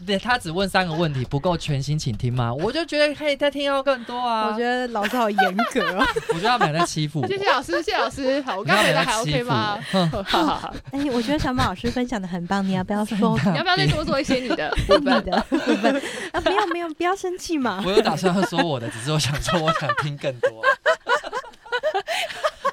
S4: 对他只问三个问题不够全心倾听吗？我就觉得可以再听到更多
S2: 我
S4: 啊！我
S2: 觉
S4: 觉
S2: 得老师好严格哦。
S4: 得他们俩在 欺负我，
S3: 谢谢老师，谢谢老师。好，我刚才
S4: 你
S3: 的
S4: 看
S3: 还
S4: 我
S3: OK
S4: 在欺负
S3: 吗？ 好好好，
S2: 哎，我觉得小马老师分享的很棒，你要不要说
S3: 你要不要再多做一些你 的部
S2: 你
S3: 分？
S2: 的部分？啊，没有没有，不要生气嘛。
S4: 我有打算要说我的，只是我想说我想听更多。啊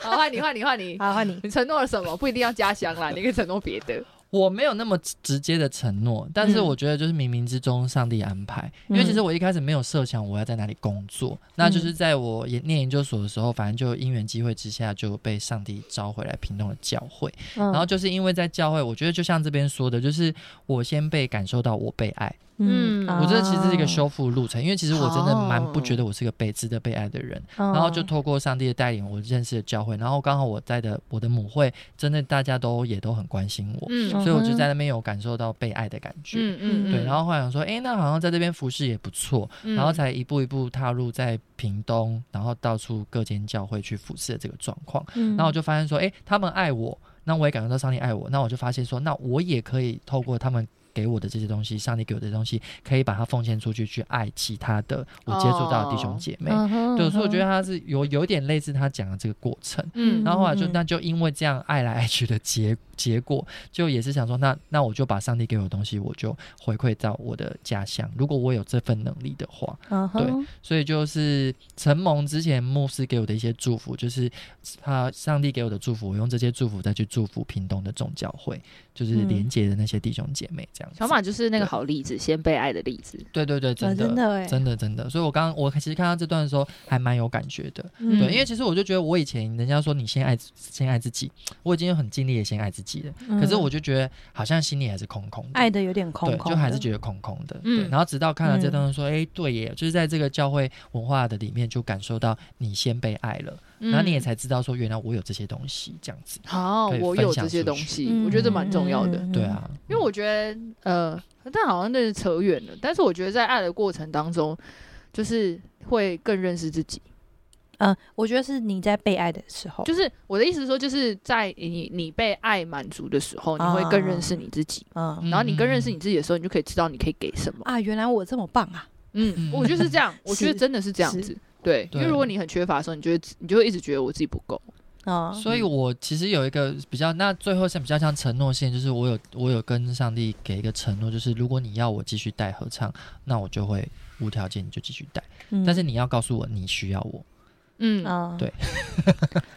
S3: 好，换你，换你，换你。
S2: 好，换你。
S3: 你承诺了什么？不一定要家乡啦，你可以承诺别的。
S4: 我没有那么直接的承诺，但是
S3: 嗯
S4: 我觉得就是冥冥之中上帝安排，因为其实我一开始没有设想我要在哪里工作，那就是在我研念研究所的时候，反正就因缘机会之下就被上帝召回来屏东的教会。
S3: 嗯
S2: 然
S4: 然后就是因为在教会，我觉得就像这边说的，就是我先被感受到我被爱，
S3: 嗯
S2: 啊
S4: 我这其实是一个修复路程，因为其实我真的蛮不觉得我是个被值得被爱的人，
S2: 哦，
S4: 然后就
S2: 嗯
S4: 透过上帝的带领，我认识了教会，然后刚好我在的我的母会，真的大家都也都很关心我，
S3: 嗯
S2: 嗯
S4: 所以我就在那边有感受到被爱的感觉。
S3: 嗯嗯，
S4: 对，然后后来想说，哎，那好像在这边服侍也不错，然后才一步一步踏入在屏东，然后到处各间教会去服侍的这个状况。
S2: 嗯
S4: 然后我就发现说，诶，他们爱我，那我也感受到上帝爱我，那我就发现说，那我也可以透过他们给我的这些东西，上帝给我的东西，可以把它奉献出去，去爱其他的我接触到的弟兄姐妹。
S2: 嗯哼
S4: 对，所以我觉得
S2: 嗯
S4: 他是有有一点类似他讲的这个过程。
S3: 嗯
S4: 然后后来就
S2: 嗯嗯
S4: 那就因为这样爱来爱去的结结果就也是想说，那那我就把上帝给我的东西，我就回馈到我的家乡。如果我有这份能力的话，
S1: 嗯
S4: 对
S1: 哼，
S4: 所以就是承蒙之前牧师给我的一些祝福，就是他上帝给我的祝福，我用这些祝福再去祝福屏东的众教会，就是
S1: 嗯
S4: 连接的那些弟兄姐妹这样子。
S3: 小马就是那个好例子，先被爱的例子。
S4: 对对对，
S1: 呃
S4: 真的。
S1: 的
S2: 欸
S1: 哎，
S4: 真的真的，所以我刚刚我其实看到这段的时候，还蛮有感觉的。
S1: 嗯
S4: 对，因为其实我就觉得，我以前人家说你先爱先爱自己，我已经很尽力的先爱自己了，
S3: 嗯
S4: 可是我就觉得好像心里还是空空的，
S2: 嗯爱的有点空空的，
S4: 对，就还是觉得空空的。对，
S3: 嗯
S4: 然后直到看了这段说，哎、对耶，就是在这个教会文化的里面，就感受到你先被爱了，
S5: 嗯
S4: 然后你也才知道说，原来我有这些东西，这样子。
S3: 好，
S4: 可以
S3: 我
S4: 分
S3: 有
S4: 享
S3: 这些
S4: 出
S3: 东
S4: 去
S3: 西，我觉得这蛮重要的。
S2: 嗯
S4: 对，啊，
S3: 因为我觉得，呃，但好像那是扯远了。但是我觉得在爱的过程当中，就是会更认识自己。
S2: 嗯，嗯我觉得是你在被爱的时候，
S3: 就是我的意思是说，就是在你你被爱满足的时候，你会更认识你自己。
S2: 嗯
S4: 嗯
S3: 然后你更认识你自己的时候，你就可以知道你可以给什么。
S2: 啊，原来我这么棒啊，
S3: 嗯，我就是 这样，我觉得
S2: 是
S3: 真的是这样
S2: 是
S3: 子。对，因为
S4: 对
S3: 如果你很缺乏的时候，你就会你就会一直觉得我自己不够。
S2: 嗯
S4: 所以我其实有一个比较，那最后像比较像承诺性，就是我有我有跟上帝给一个承诺，就是如果你要我继续带合唱，那我就会无条件你就继续带，
S2: 嗯
S4: 但是你要告诉我你需要我。
S3: 嗯
S2: 嗯
S4: 对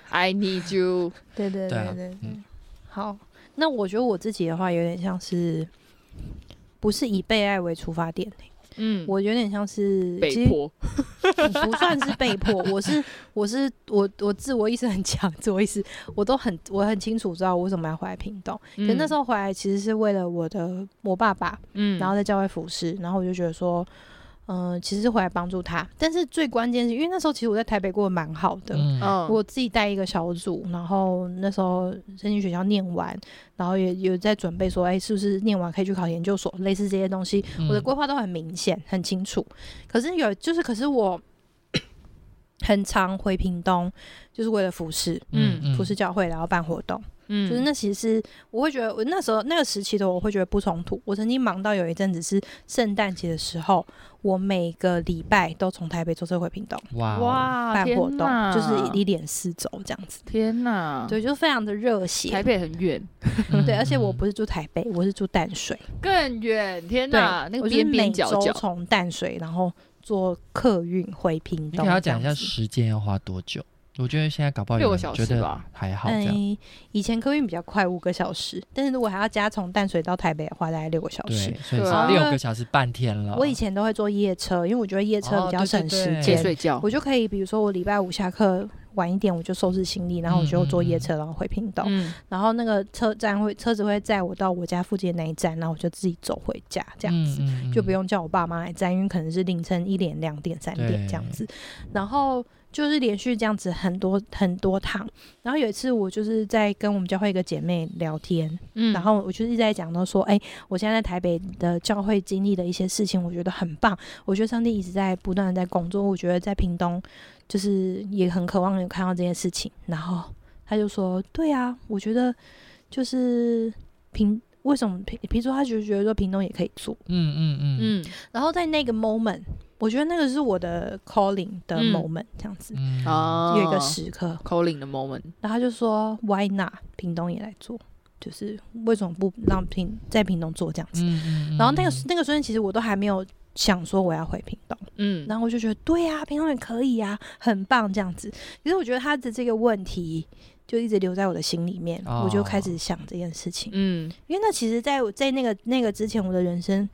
S3: i need you。
S1: 对对
S4: 对啊
S1: 对对对
S4: 嗯，
S1: 好，
S2: 那我觉得我自己的话，有点像是不是以被爱为出发点、欸
S3: 嗯，
S2: 我有点像是
S3: 被，迫。
S2: 其实不算是被迫，我 是我是我我自我意识很强，自我意识我都很我很清楚知道我为什么要回来屏东。可
S3: 嗯
S2: 那时，候回来其实是为了我的我爸爸，
S3: 嗯
S2: 然后在教会服侍，然后我就觉得说。嗯、其实是回来帮助他，但是最关键是因为那时候其实我在台北过得蛮好的，
S4: 嗯，
S3: 嗯，
S2: 我自己带一个小组，然后那时候申请学校念完，然后也有在准备说，哎，是不是念完可以去考研究所，类似这些东西，
S3: 嗯
S4: 嗯
S2: 我的规划都很明显、很清楚。可是有，就是可是我很常回屏东，就是为了服侍。
S4: 嗯
S2: 服侍教会，然后办活动，
S3: 嗯
S2: 就是那其实是我会觉得，我那时候那个时期的我会觉得不冲突。我曾经忙到有一阵子是圣诞节的时候，我每个礼拜都从台北坐车回屏东
S4: 哇哦
S3: 哇
S2: 办
S3: 天
S2: 活动，
S3: 哪
S2: 就是一连四周这样子。
S3: 天哪，
S2: 对，就非常的热血。
S3: 台北很远，
S4: 嗯
S2: 对，而且我
S4: 嗯
S2: 不是住台北，我是住淡水。
S3: 更远，天
S2: 对
S3: 哪，那个
S2: 我就是
S3: 边
S2: 每
S3: 边角
S2: 周
S3: 角，
S2: 从淡水，然后坐客运回屏
S4: 你
S2: 东。
S4: 给他讲
S2: 这
S4: 一下
S2: 样子
S4: 时间要花多久？我觉得现在搞不好
S3: 六
S4: 有
S3: 个
S4: 人
S3: 小
S4: 觉
S3: 时
S4: 得
S3: 吧
S4: 还好这样。
S2: 嗯，以前客运比较快，五个小时，但是如果还要加从淡水到台北的话，大概六个小
S4: 对，
S2: 时。
S4: 所以
S3: 对
S4: 是
S3: 啊
S4: 六个小时半天了。
S2: 我以前都会坐夜车，因为我觉得夜车
S4: 哦
S2: 比较
S4: 对对
S2: 省时
S4: 对
S3: 可以
S2: 间，
S3: 睡觉
S2: 我。就可以，比如说我礼拜五下课晚一点，我就收拾行李，然
S4: 嗯
S2: 后我就坐夜车，然后回屏东。
S3: 嗯，
S2: 然后那个车站会车子会载我到我家附近的那一站，然后我就自己走回家这样子。
S4: 嗯
S2: 就不用叫我爸妈来站，因为可能是凌晨一点、两点、三点这样子。然后就是连续这样子很多很多趟。然后有一次我就是在跟我们教会一个姐妹聊天，
S3: 嗯
S2: 然后我就一直在讲到说，哎、我现在在台北的教会经历的一些事情，我觉得很棒。我觉得上帝一直在不断的在工作，我觉得在屏东就是也很渴望有看到这件事情。然后他就说，对啊，我觉得就是屏。为什么屏？比如说，他就觉得说屏东也可以做，
S4: 嗯嗯嗯嗯
S3: 嗯
S2: 然后在那个 moment，我觉得那个是我的 calling 的
S3: 嗯
S2: moment，、这样子
S4: 嗯
S3: 啊，
S2: 有一个时刻，
S3: calling 的 moment，
S2: 然后他就说 Why not？屏东也来做，就是为什么不让屏在屏东做这样子？
S4: 嗯嗯嗯
S2: 然后那个
S4: 嗯
S2: 那个瞬间，其实我都还没有想说我要回屏东，
S3: 嗯，
S2: 然后我就觉得对呀、屏东也可以呀、很棒这样子。可是我觉得他的这个问题就一直留在我的心里面，我就开
S4: 哦
S2: 始想这件事情。
S3: 嗯
S2: 因为那其实在我在那个那个之前，我的人生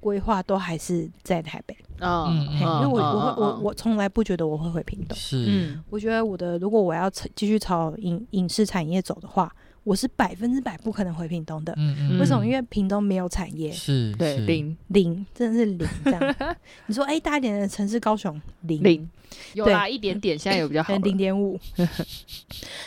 S2: 规划都还是在台北。
S3: 啊
S4: 嗯嗯
S2: 嘿，因为我我会我
S3: 嗯
S2: 我从来不觉得我会回屏东，
S4: 是
S3: 嗯
S2: 我觉得我的如果我要朝继续朝影影视产业走的话，我是百分之百不可能回屏东的。
S4: 嗯嗯
S2: 为什么？因为屏东没有产业，
S4: 是
S3: 对
S4: 是
S3: 零
S2: 零，真的是零这 样。你说，哎、大一点的城市高雄零
S3: 零有
S2: 对
S3: 啦一点点，现在有比较好了，
S2: 零点 五，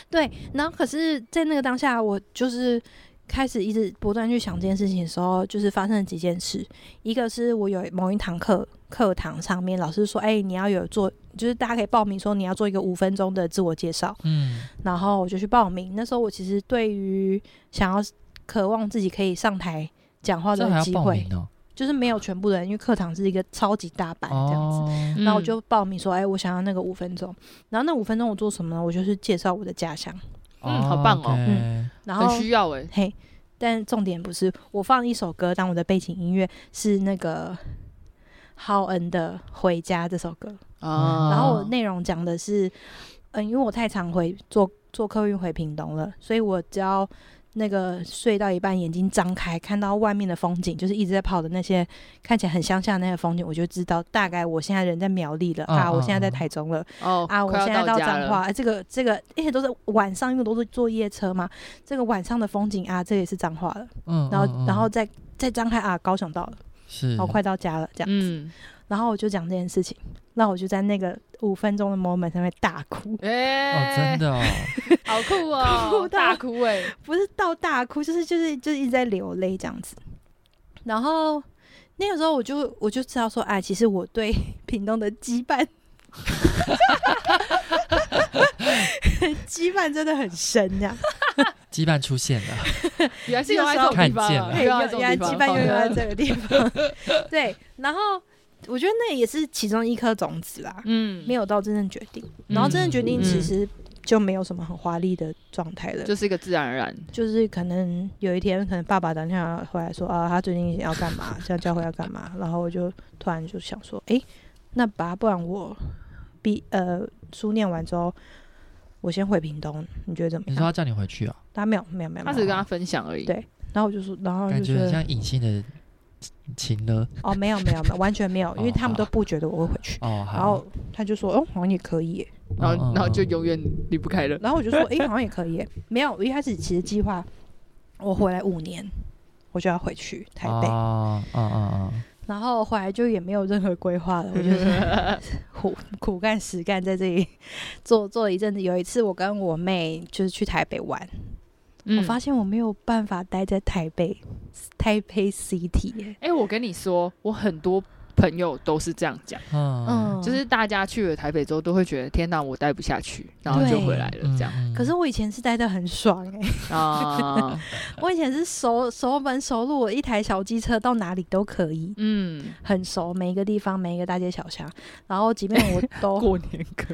S2: 对。然后可是，在那个当下，我就是开始一直不断去想这件事情的时候，就是发生了几件事。一个是我有某一堂课课堂上面，老师说，哎、你要有做，就是大家可以报名说你要做一个五分钟的自我介绍。
S4: 嗯
S2: 然后我就去报名。那时候我其实对于想要渴望自己可以上台讲话
S4: 这还
S2: 的
S4: 要
S2: 机
S4: 报
S2: 会
S4: 名，哦
S2: 就是没有全部的人，因为课堂是一个超级大版这样子。
S4: 哦
S1: 嗯
S2: 然后我就报名说，哎、我想要那个五分钟。然后那五分钟我做什么呢？我就是介绍我的家乡，
S3: 嗯好棒哦
S4: OK
S2: 嗯然后
S3: 很需要哎、
S2: 嘿，但重点不是我放一首歌当我的背景音乐，是那个浩恩的《回家》这首歌。
S3: 啊。
S2: 然后
S4: 哦
S2: 我内容讲的是，嗯，因为我太常回坐坐客运回屏东了，所以我只要那个睡到一半，眼睛张开看到外面的风景，就是一直在跑的那些看起来很乡下的那些风景，我就知道大概我现在人在苗栗了
S4: 嗯
S2: 啊，我
S4: 嗯
S2: 现在在
S4: 嗯
S2: 台中了，
S3: 哦
S2: 啊，我
S3: 快要
S2: 现在到
S3: 家
S2: 彰
S3: 了
S2: 化，哎这个这个，而且都是晚上，因为我都是坐夜车嘛，这个晚上的风景啊，这也是彰化了。
S4: 嗯，
S2: 然后、
S4: 嗯嗯
S2: 然后再再张开啊，高雄到了，
S4: 是
S2: 然后快到家了这样子。
S3: 嗯，
S2: 然后我就讲这件事情，那我就在那个五分钟的 moment 上面大哭，
S3: 哎、
S4: 哦，真的 哦，
S3: 好酷哦，
S2: 哭到
S3: 大哭哎、
S2: 不是到大哭，就是就是就是一直在流泪这样子。然后那个时候我就我就知道说，哎，其实我对屏东的羁绊。羁绊真的很深，这样。
S4: 羁绊出现了，
S3: 原来是用在这种地方、啊，
S4: 看
S2: 原
S3: 用
S2: 来
S3: 在这
S2: 原
S3: 种
S2: 来
S3: 地
S2: 羁
S3: 方，
S2: 绊
S3: 好
S2: 又
S3: 的
S2: 在这个地方。 对，然后我觉得那也是其中一颗种子啦，
S3: 嗯，
S2: 没有到真正决定。然后真正决定其实就没有什么很华丽的状态了，
S3: 就是一个自然而然，
S2: 就是可能有一天，可能爸爸打电话回来说啊，他最近要干嘛，这样教会要干嘛，然后我就突然就想说，诶，那爸，不然我毕呃书念完之后。我先回屏东，你觉得怎么
S4: 你说
S2: 样？
S4: 他叫你回去啊，
S2: 他没有，没有，没有，
S3: 他只
S2: 没有。
S3: 是跟他分享而已。
S2: 对然后我就说，然后
S4: 感
S2: 就觉
S4: 觉很
S2: 得
S4: 像隐性的情了
S2: 哦，没有没有没有，完全没有，因为
S4: 哦
S2: 他们都
S4: 好
S2: 不觉得我会回去。
S4: 哦，
S2: 然后他就说，哦，好像也可以耶。
S3: 然后
S4: 嗯嗯
S3: 然后就
S4: 嗯
S3: 永远离不开了。
S2: 然后我就说，诶，好像也可以耶。没有，我一开始其实计划我回来五年，我就要回去台北，
S4: 啊啊啊啊，
S2: 然后回来就也没有任何规划了，我就是苦苦干实干在这里做做了一阵子。有一次我跟我妹就是去台北玩，
S3: 嗯
S2: 我发现我没有办法待在台北台北 City 耶。
S3: 哎、我跟你说，我很多朋友都是这样讲，
S4: 嗯，
S3: 就是大家去了台北之后，都会觉得天哪，我待不下去，然后就
S2: 对
S3: 回来了这样
S4: 嗯。嗯
S2: 可是我以前是待的很爽哎。
S3: 啊，
S2: 我以前是熟熟门熟路，我一台小机车到哪里都可以，
S3: 嗯，
S2: 很熟每一个地方，每一个大街小巷。然后即便我都
S3: 过年歌，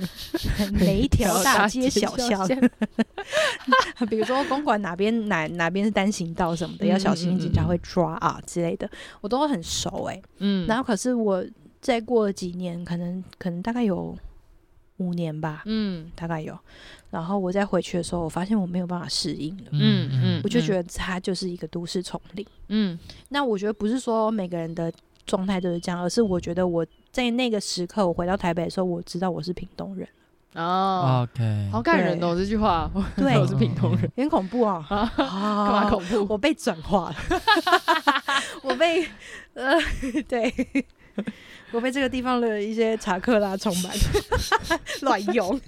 S2: 每一条大街小
S3: 小
S2: 巷， 比如说公馆哪边哪哪边是单行道什么的，要小
S3: 嗯嗯
S2: 心
S3: 嗯
S2: 警察会抓啊之类的，我都很熟哎、
S3: 嗯，
S2: 然后可是我再过了几年，可能可能大概有五年吧，
S3: 嗯
S2: 大概有。然后我再回去的时候，我发现我没有办法适应了，
S3: 嗯嗯
S2: 我就觉得它就是一个都市丛林。
S3: 嗯
S2: 那我觉得不是说每个人的状态都是这样，而是我觉得我在那个时刻，我回到台北的时候，我知道我是屏东 人，
S3: 哦，
S4: OK，
S3: 好感人哦这句 话，我
S2: 对
S3: 我是屏东人，
S2: 很恐怖哦。
S3: 啊， 干
S2: 啊
S3: 嘛恐怖？
S2: 我被转化 了，我被呃，对，我被这个地方的一些查克拉充满， 乱 用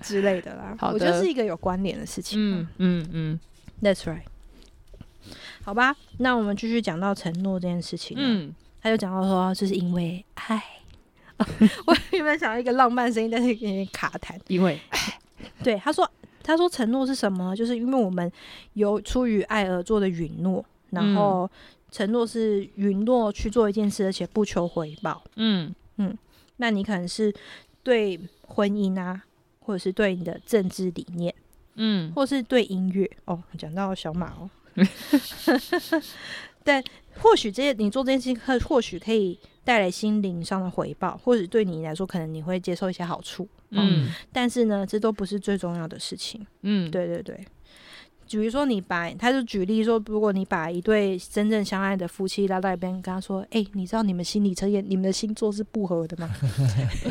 S2: 之类的啦。
S3: 好的
S2: 我觉得是一个有关联的事情。
S3: 嗯嗯嗯
S2: ，That's right。好吧，那我们继续讲到承诺这件事情。嗯，
S3: 嗯，
S2: 他就讲到说，就是因为爱。 我原本想要一个浪漫声音，但是有点卡痰。
S3: 因为
S2: 对，他说，他说承诺是什么？就是因为我们有出于爱而做的允诺，然后承诺是允诺去做一件事，而且不求回报。
S3: 嗯
S2: 那你可能是对婚姻啊，或者是对你的政治理念，
S3: 嗯
S2: 或是对音乐哦，讲到小马哦， 但或许这些你做这件事情，可或许可以带来心灵上的回报，或者对你来说，可能你会接受一些好处，
S3: 嗯
S2: 但是呢，这都不是最重要的事情。
S3: 嗯，
S2: 对对对，比如说你把，他就举例说，如果你把一对真正相爱的夫妻拉到一边，跟他说：“哎、你知道你们心理测验，你们的星座是不合的吗？”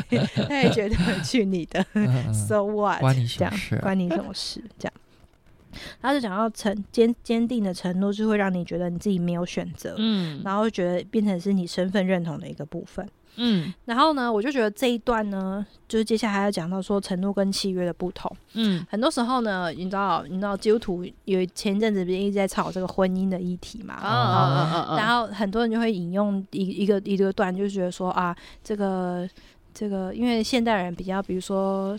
S2: 他也觉得 去你的
S4: 嗯 嗯
S2: ，so what？
S4: 关你
S2: 这
S4: 什么
S2: 样
S4: 事？
S2: 关你什么事？这样，他就讲到承坚坚定的承诺，是会让你觉得你自己没有选择，
S3: 嗯
S2: 然后觉得变成是你身份认同的一个部分。
S3: 嗯
S2: 然后呢，我就觉得这一段呢，就是接下来要讲到说承诺跟契约的不同。
S3: 嗯
S2: 很多时候呢，你知道，你知道基督徒有前一阵子不是一直在吵这个婚姻的议题嘛？
S3: 啊啊啊啊，
S2: 然
S4: 嗯
S2: 后很多人就会引用一一个一个段，就觉得说啊，这个这个，因为现代人比较，比如说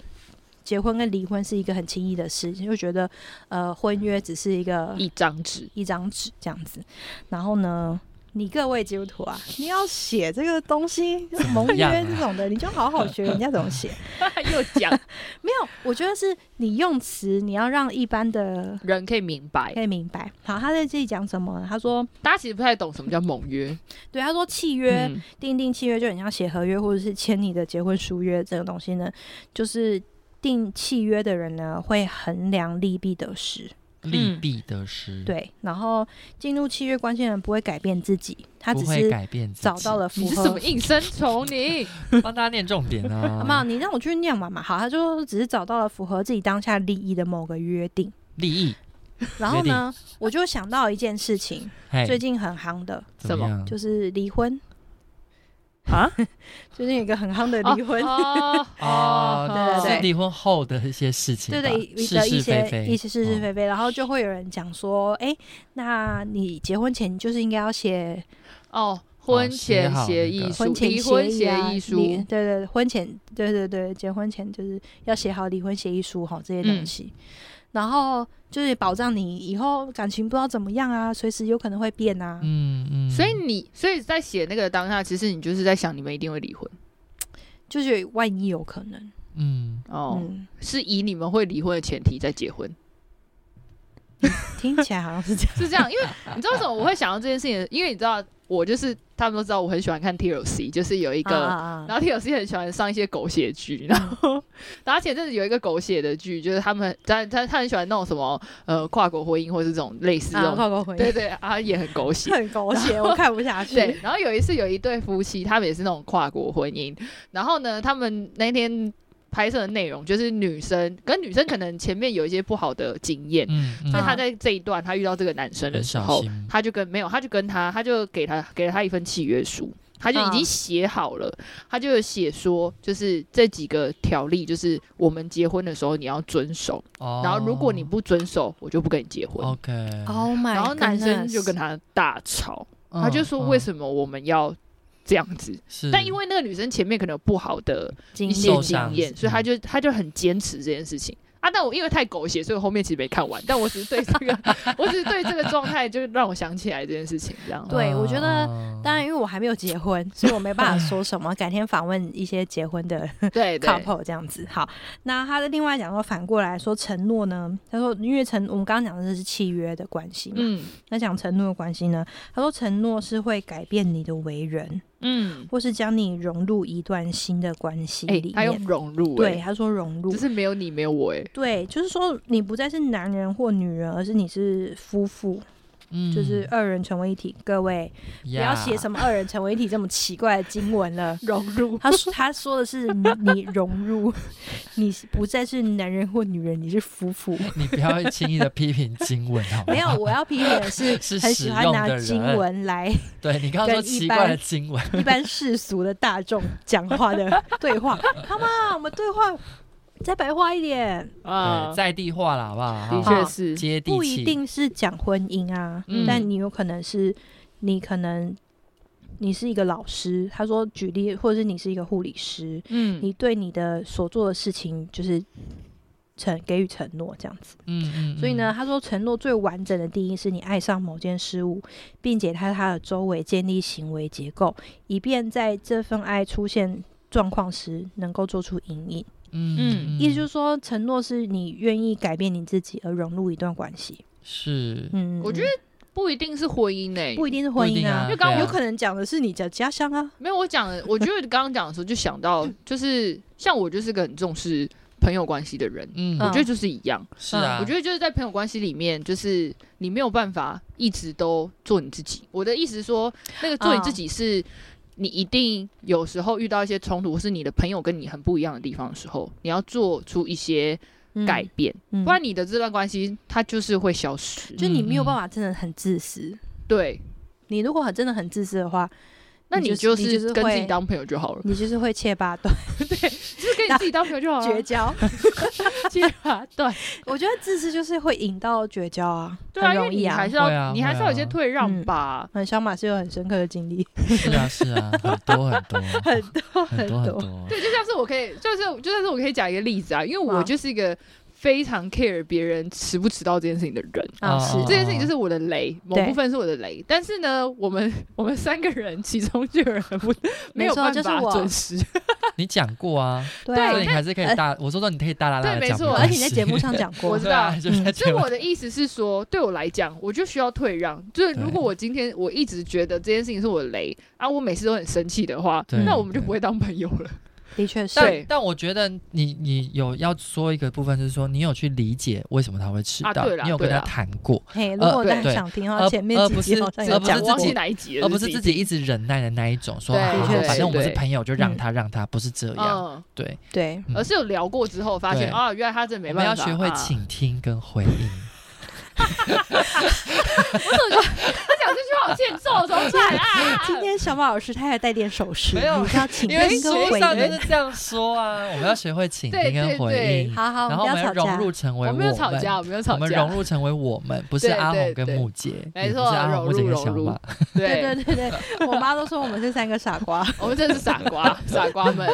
S2: 结婚跟离婚是一个很轻易的事，就觉得呃，婚约只是一个
S3: 一张纸，
S2: 一张纸这样子。然后呢，你各位基督徒啊，你要写这个东西，盟
S4: 么样啊
S2: 约这种的，你就好好学人家怎么 写。
S3: 又讲
S2: 没有，我觉得是你用词，你要让一般的
S3: 人可以明白
S2: 可，以明白。好，他在这里讲什么呢？他说，
S3: 大家其实不太懂什么叫盟约，
S2: 对，他说契约、
S3: 嗯
S2: 订定契约就很像写合约或者是签你的结婚书约这种东西呢，就是订契约的人呢会衡量利弊得失，
S4: 利
S6: 嗯
S4: 弊得失，，
S2: 对，然后进入契约关系的人不会改变自己，他
S4: 不
S2: 只
S4: 会
S2: 是
S4: 改变自己。
S2: 找到了符
S3: 你是
S2: 合
S3: 什么应声虫？ 你
S4: 帮大家念重点
S2: 啊
S4: 啊，
S2: 没有，你让我去念嘛嘛。好，他就只是找到了符合自己当下利益的某个约定。
S4: 利益，
S2: 然后呢，我就想到一件事情，
S4: 嘿，
S2: 最近很夯的
S4: 怎
S3: 什么
S4: 样？
S2: 就是离婚。
S3: 啊，
S2: 最近有一个很夯的离婚，
S3: 哦
S4: 哦，
S2: 对对
S4: 是
S2: 对
S4: 离婚后的一些事情吧，
S2: 对对，一
S4: 是
S2: 的一
S4: 是
S2: 些
S4: 非非，
S2: 一些是是
S4: 嗯
S2: 非非，然后就会有人讲说，哎，那你结婚前就是应该要写
S3: 哦，婚前
S4: 写哦好
S3: 协
S4: 那
S3: 议
S4: 个
S3: 书、
S2: 婚前
S3: 离婚
S2: 协啊
S3: 协议
S2: 离
S3: 书
S2: 对，对，婚前对对对，结婚前就是要写好离婚协议书哈这些东
S3: 嗯
S2: 西，然后就是保障你以后感情不知道怎么样啊，随时有可能会变啊。
S4: 嗯嗯，
S3: 所以你所以在写那个当下，其实你就是在想你们一定会离婚
S2: 就是万一有可能，
S4: 嗯，
S3: 哦，
S2: 嗯，
S3: 是以你们会离婚的前提在结婚，，
S2: 听起来好像是这样
S3: 是这样。因为 你知道为什么我会想到这件事情？因为你知道我就是他们都知道我很喜欢看 TLC，就是有一
S2: 一
S3: 个。
S2: 啊
S3: 然后 TLC 很喜欢上一些狗血剧，然 后，然后前阵子有一个狗血的剧，就是他们他他他很喜欢那种什么呃跨国婚姻或是这种类似这
S2: 啊，
S3: 种，
S2: 快快回
S3: 对对，啊也很狗血，
S2: 很狗血，我看不下去。
S3: 对，然后有一次有一对夫妻，他们也是那种跨国婚姻，然后呢，他们那天拍摄的内容就是女生跟女生可能前面有一些不好的经验，
S4: 嗯，嗯
S3: 所以
S2: 啊
S3: 她在这一段她遇到这个男生的
S4: 很
S3: 时
S4: 小
S3: 候，
S4: 心，
S3: 她就跟没有，她就跟他，她就给他给了他一份契约书。她就已经
S2: 啊
S3: 写好了，她就有写说，就是这几个条例，就是我们结婚的时候你要遵守，
S4: 哦
S3: 然后如果你不遵守，我就不跟你结婚。
S4: OK，
S2: ，Oh my，
S3: 然后男生
S2: goodness
S3: 就跟他大吵，他
S4: 嗯
S3: 就说为什么我们要这样子？
S4: 么
S3: 但因为那个女生前面可能有不好的
S2: 经
S3: 一
S2: 历
S3: 些
S4: 受
S3: 经
S4: 伤
S3: 验，所以她
S4: 嗯
S3: 就她就很坚持这件事情。啊，但我因为太狗血，所以我后面其实没看完。但我只是对这 个，我只是对这个状态，就让我想起来这件事情。这样，
S2: 对我觉得
S3: 哦
S4: 得
S2: 当然，因为我还没有结 婚，所以我没办法说什么。改天访问一些结婚的
S3: 对对，
S2: couple 这样子。好，那他的另外讲说，反过来说承诺呢，他说因为承我们刚刚讲的是契约的关系嘛，
S3: 嗯
S2: 那讲承诺的关系呢，他说承诺是会改变你的为人，
S3: 嗯，
S2: 或是将你融入一段新的关系
S3: 哎、
S2: 里
S3: 他
S2: 面。
S3: 用融入、
S2: 对，啊
S3: 欸，
S2: 他说融入
S3: 就。是没有你，没有我、欸，
S2: 对，就是说你不再是男人或女人，而是你是夫妇，
S4: 嗯
S3: 嗯
S2: 就是二人成为一体。各位
S4: 不
S2: 不要写什
S4: 么
S2: 么二人成为一体这么奇怪的经文 了。
S3: 融入，
S2: 他说他说的是你你融入， 你不再是男人或女人，你是夫妇。
S4: 你不要轻易的批评经文，好吗？
S2: 没有，我要批评的是
S4: 是
S2: 很
S4: 使
S2: 喜欢
S4: 用
S2: 拿
S4: 的人
S2: 经文来
S4: 对你刚刚说
S2: 跟一
S4: 奇怪的
S2: 般
S4: 经文，
S2: 一般世俗的大众讲话的对话。他妈，我们对话再白话一点，
S3: 啊
S4: 对，，在地化啦，好不好？
S3: 的
S4: 哈
S3: 确
S2: 好
S3: 是，
S4: 接地气，
S2: 不一定是讲婚姻啊，
S3: 嗯
S2: 但你有可能是你可能。你是一个老师，他说举例，或者是你是一个护理师，
S3: 嗯，
S2: 你对你的所做的事情就是承给予承诺这样子。
S4: 嗯嗯，
S2: 所以呢，
S4: 嗯，
S2: 他说承诺最完整的定义是你爱上某件事物，并且在它的周围建立行为结构，以便在这份爱出现状况时能够做出阴影。
S4: 嗯
S2: 意思就是说，承诺是你愿意改变你自己而融入一段关系。
S4: 是
S2: 嗯，
S3: 我觉得不一定是婚姻诶、欸，
S2: 不一定是婚姻啊，
S4: 不一定
S2: 因
S4: 啊因
S2: 为
S4: 为
S2: 刚刚
S4: 刚刚
S2: 有
S4: 我
S2: 可能讲的是你的家乡啊。
S3: 没有，我讲的，我觉得刚刚讲的时候就想到，就是像我就是个很重视朋友关系的人，
S4: 嗯，
S2: 嗯
S3: 我觉得就是一样。
S4: 是
S3: 嗯
S4: 啊，
S3: 我觉得就是在朋友关系里面，就是你没有办法一直都做你自己。我的意思是说，那个做你自己是。你一定有时候遇到一些冲突，或是你的朋友跟你很不一样的地方的时候，你要做出一些
S2: 嗯
S3: 改，变，
S2: 嗯
S3: 不然你的这段关系它就是会消失。
S2: 就你没有
S4: 嗯嗯
S2: 办法真的很自私。
S3: 对，
S2: 你如果很真的很自私的话，
S3: 那
S2: 你
S3: 你
S2: 就
S3: 就是是跟自
S2: 会
S3: 己当朋友就好了，
S2: 你就是会切八段
S3: 就是跟你自己当朋友就 好
S2: 绝
S3: 了。
S2: 交。
S3: 绝啊，对。
S2: 我觉得自私就是会引到绝交啊，
S3: 对啊，
S2: 很
S3: 因
S2: 容
S3: 为
S2: 易
S3: 你
S2: 啊
S3: 还。是要、
S4: 会啊
S3: 你还是要有一
S4: 会
S3: 些
S4: 啊
S3: 退
S2: 嗯
S3: 让吧。
S2: 嗯，小马是有很深刻的经历，
S4: 是啊是啊，很多很 多
S2: 很多
S4: 很多
S2: 很
S4: 很
S2: 多。
S4: 多，
S3: 对，就像是我可以，就是就像是我可以讲一个例子啊，因为我
S2: 啊
S3: 就是一个非常 care 别人迟不迟到这件事情的人。
S2: 啊
S4: 哦
S2: 是
S4: 哦
S3: 这件事情就是我的雷，某
S2: 对
S3: 部分是我的雷，但是呢，我们我们三个人其中就有人不没有
S2: 错
S3: 办
S2: 就是
S3: 法
S2: 我
S3: 准时，
S4: 你讲过啊，
S2: 对
S3: 对呃
S2: 啊
S4: 所以你还是可以大，我说说你可以大啦啦
S3: 对
S4: 的
S3: 没
S4: 讲，
S3: 错
S4: 没
S2: 而
S4: 关
S2: 且你在
S4: 系
S2: 节目上讲过
S3: 我，
S4: 对啊，
S3: 知
S4: 就在
S3: 所以
S4: 节目
S3: 我的意思是说，对我来讲，我就需要退让。就是如果我今天我一直觉得这件事情是我的雷啊，我每次都很生气的话，
S4: 对
S3: 那我们就不会当朋友了。
S2: 的确是
S3: 对
S4: 但但我觉得你你有要说一个部分是说，你有去理解为什么他会迟
S3: 啊
S4: 到，
S3: 对啦
S4: 你有跟
S3: 对
S4: 他
S3: 啦
S4: 谈过，
S2: 嘿，如
S4: 呃
S2: 果大家
S4: 对
S2: 想听的
S4: 而
S2: 话，前面
S4: 而
S2: 几
S4: 不
S2: 集
S4: 是
S2: 好像
S4: 而
S2: 有
S4: 不是
S2: 讲
S3: 我忘
S2: 过
S3: 记，哪一集了，
S4: 而不是自己一直忍耐的那一种，说
S3: 对
S4: 好好，
S2: 对
S4: 反正我们是
S3: 对
S4: 朋友，就让他让他，不是这样。
S3: 嗯，
S4: 对，
S2: 对，
S4: 嗯
S3: 而是有聊过之后发现
S4: 对
S3: 啊，原来他真的没
S4: 我们
S3: 办法。
S4: 要学会
S3: 啊
S4: 倾听跟 回应。
S3: 他讲这句话好欠揍，怎么办啊？
S2: 今天小马老师他还带点手势，
S4: 没有
S2: 你是要请
S4: 因为
S2: 听跟
S4: 书
S2: 回
S4: 上就
S2: 应
S4: 是。这样说啊， 我们要学会倾
S3: 对
S4: 听跟
S3: 对
S4: 回
S3: 对
S4: 应，
S2: 好好，
S4: 然后
S2: 不
S4: 我
S2: 要
S4: 们
S2: 吵
S4: 要融
S2: 架。
S4: 入成为
S3: 我
S4: 我
S3: 没有吵
S4: 们，
S3: 架，我没有
S4: 我
S3: 吵
S4: 们
S3: 架
S4: 融，入成为我们，不是
S3: 对
S4: 阿红
S3: 对
S4: 跟
S3: 对
S4: 木姐，
S3: 没
S4: 也不
S3: 错
S4: 是阿
S3: 融
S4: 红、木姐
S3: 入
S4: 跟
S3: 融
S4: 小
S3: 入
S4: 马。
S2: 对对
S3: 对，
S2: 对对，我妈都说我们这三个傻 瓜。
S3: 我们真的是傻瓜，傻瓜们，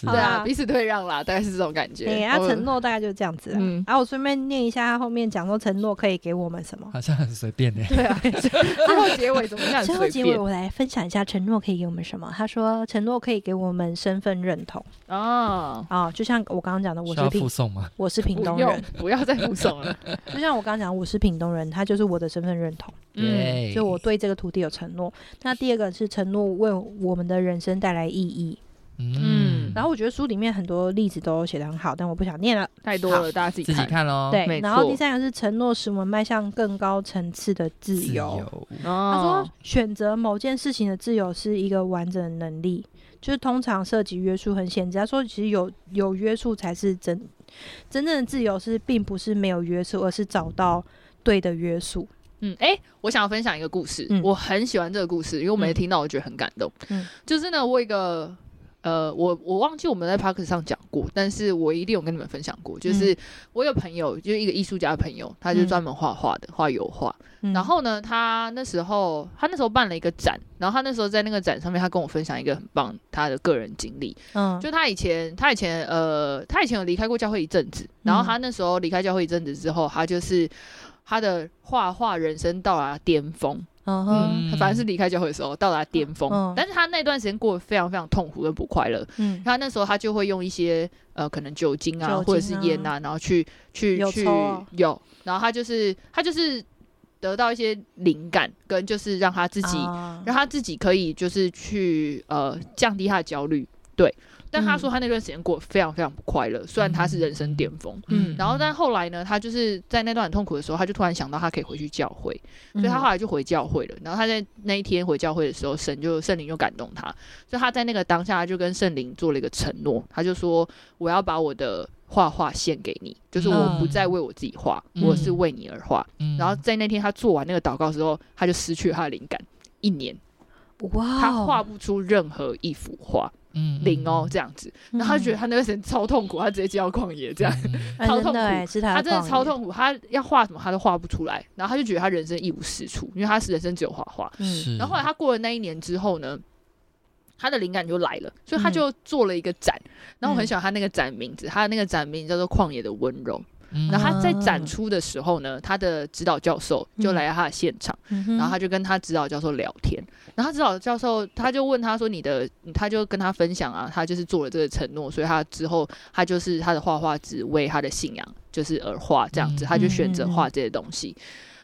S4: 是
S2: 好
S3: 对啊，
S2: 啦
S3: 彼此退让啦，大概是这种感觉。
S2: 哎，他
S3: 我
S2: 承诺大概就这样子啊。
S3: 嗯
S2: 然后我顺便念一下他后面讲说承诺可以给我们什么。
S4: 好像很随便呢。欸
S3: 对啊，最后结尾怎么样？
S2: 最后
S3: 随
S2: 结
S3: 便
S2: 尾我来分享一下承诺可以给我们什么。他说承诺可以给我们身份认同
S3: 哦，
S2: 啊、就像我刚刚讲的，我
S4: 需
S2: 是
S4: 要附
S2: 屏
S4: 送吗？
S2: 我是屏
S3: 不
S2: 东
S3: 用
S2: 人，，
S3: 不要再附送了。
S2: 就像我刚刚讲我是屏东人，他就是我的身份认同。
S3: 嗯，
S4: 耶
S2: 就我对这个土地有承诺。那第二个是承诺为我们的人生带来意义。
S4: 嗯
S7: 嗯，
S2: 然后我觉得书里面很多例子都写得很好，但我不想念了。
S3: 太多了，大家自己
S4: 自己
S3: 看。
S4: 看喽。
S2: 对
S3: 没，
S2: 然后
S3: 错
S2: 第三个是承诺使我们迈向更高层次的自
S4: 自
S2: 由。
S4: 由，
S2: 他
S3: 哦
S2: 说，选择某件事情的自由是一个完整的能力，就是通常涉及约束很限制。他说，其实有有约束才是真真正的自由，是并不是没有约束，而是找到对的约束。
S3: 嗯，哎、我想要分享一个故事，
S2: 嗯
S3: 我很喜欢这个故事，因为我每
S2: 嗯
S3: 次听到我觉得很感动。
S2: 嗯
S3: 就是呢，我有一个呃，我我忘记我们在 p a r k 上讲过，但是我一定有跟你们分享过，就是我有朋友，就是一个艺术家的朋友，他就
S2: 嗯
S3: 专门画画的，画油画。
S2: 嗯
S3: 然后呢，他那时候他那时候办了一个展，然后他那时候在那个展上面，他跟我分享一个很棒他的个人经历，
S2: 嗯，
S3: 就他以前，他以前，呃，他以前有离开过教会一阵子，然
S2: 嗯
S3: 后他那时候离开教会一阵子之后，他就是他的画画人生到达巅峰，
S2: 嗯哼，
S3: 嗯，他反正是离开教会的时候到达巅峰，
S2: 嗯
S3: 但是他那段时间过得非常非常痛苦跟不快乐，
S2: 嗯，
S3: 他那时候他就会用一些呃可能酒精
S2: 酒
S3: 啊
S2: 精啊
S3: 或者是烟啊，然后去去
S2: 有
S3: 去
S2: 抽啊
S3: 有，然后他就是他就是得到一些灵感跟就是让他自己
S2: 啊
S3: 让他自己可以就是去呃降低他的焦虑，对。但他
S2: 嗯
S3: 说他那段时间过得非常非常不快乐，虽然他是人生巅峰。
S2: 嗯
S3: 然后，但后来呢，他就是在那段很痛苦的时候，他就突然想到他可以回去教会，
S2: 嗯
S3: 所以他后来就回教会了。然后他在那一天回教会的时候，神就圣灵就感动他，所以他在那个当下他就跟圣灵做了一个承诺，他就说我要把我的画画献给你，就是我不再为我自己画，
S4: 嗯
S3: 我是为你而画。
S4: 嗯
S3: 然后在那天他做完那个祷告之后，他就失去他的灵感一年。
S2: 哇哦，
S3: 他画不出任何一幅画，
S4: 嗯
S3: 零哦，这样子。然后他
S2: 嗯
S3: 觉得他那段时间超痛苦，他直接进到旷野这样，
S4: 嗯
S2: 哎
S3: 超
S2: 真
S3: 痛
S2: 的
S3: 苦
S2: 哎是他
S3: 他真的
S2: 旷
S3: 超
S2: 野，
S3: 痛苦，他要画什么他都画不出来，然后他就觉得他人生一无是处，因为他人生只有画画。
S2: 嗯
S4: 是。
S3: 然后后来他过了那一年之后呢？他的灵感就来了，所以他就做了一个展，然后我很喜欢他那个展名字，他的那个展名叫做《旷野的温柔》。
S4: 嗯
S3: 然后他在展出的时候呢，他的指导教授就来到他的现场，
S2: 嗯
S3: 然后他
S2: 哼
S3: 就跟他指导教授聊天，然后他指导教授他就问他说：“你的，他就跟他分享啊，他就是做了这个承诺，所以他之后他就是他的画画只为他的信仰就是而画这样子，
S4: 嗯
S3: 他就选择画这些东西。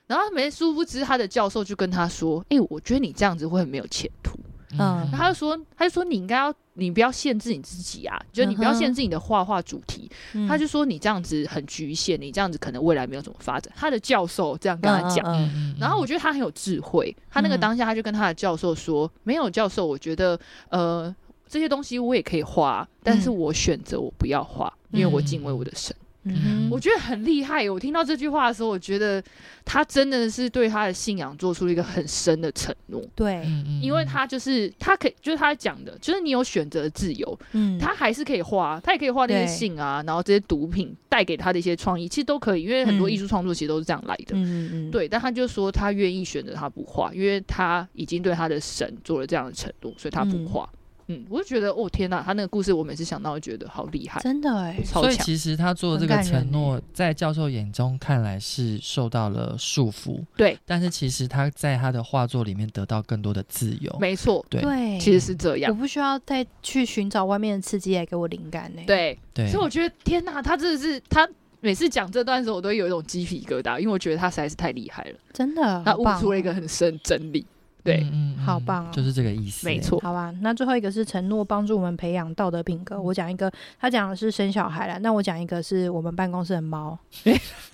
S3: 然后没殊不知他的教授就跟他说：‘哎、我觉得你这样子会很没有前途。’
S2: 嗯
S3: 然后他就说，他就说你应该要，你不要限制你自己啊，就是你不要
S2: 嗯哼
S3: 限制你的画画主题。
S2: 嗯
S3: 他就说你这样子很局限，你这样子可能未来没有什么发展。他的教授这样跟他讲。
S2: 嗯嗯嗯
S3: 然后我觉得他很有智慧，他那个
S2: 嗯
S3: 当下他就跟他的教授说：“没有教授，我觉得呃这些东西我也可以画，但是
S2: 嗯
S3: 我选择我不要画，因为我
S4: 嗯
S3: 敬畏我的神。
S2: 嗯哼
S3: 我觉得很厉害耶。我听到这句话的时候，我觉得他真的是对他的信仰做出了一个很深的承诺，
S2: 对，
S4: 嗯
S3: 因为他就是他可以，就是他讲的，就是你有选择的自由，
S2: 嗯
S3: 他还是可以画，他也可以画那些
S2: 对
S3: 性啊，然后这些毒品带给他的一些创意，其实都可以，因为很多
S2: 嗯
S3: 艺术创作其实都是这样来的。
S2: 嗯嗯嗯，
S3: 对，但他就说他愿意选择他不画，因为他已经对他的神做了这样的承诺，所以他不
S2: 嗯
S3: 画。嗯，我就觉得哦天哪，他那个故事我每次想到都觉得好厉害，
S2: 真的哎、
S3: 超
S4: 所以
S3: 强。
S4: 其实他做这
S2: 很
S4: 个
S2: 感人
S4: 承诺，在教授眼中看来是受到了束缚，
S3: 对，
S4: 但是其实他在他的画作里面得到更多的自由。
S3: 没错，
S4: 对
S2: 对，
S3: 其实是这
S2: 我
S3: 样。
S2: 不需要再去寻找外面的刺激来给我灵感欸呢、，
S3: 对，
S4: 对，
S3: 所以我觉得天哪，他真的是他。每次讲这段的时候，我都会有一种鸡皮疙瘩，因为我觉得他实在是太厉害了，
S2: 真的，
S3: 他
S2: 好
S3: 悟
S2: 棒
S3: 出
S2: 哦
S3: 了一个很深真理。对，
S4: 嗯嗯嗯
S2: 好棒哦
S4: 就是这个意思。
S3: 没，错，
S2: 哦好吧，那最后一个是承诺帮助我们培养道德品格。我讲一个，他讲的是生小孩了，那我讲一个是我们办公室的猫，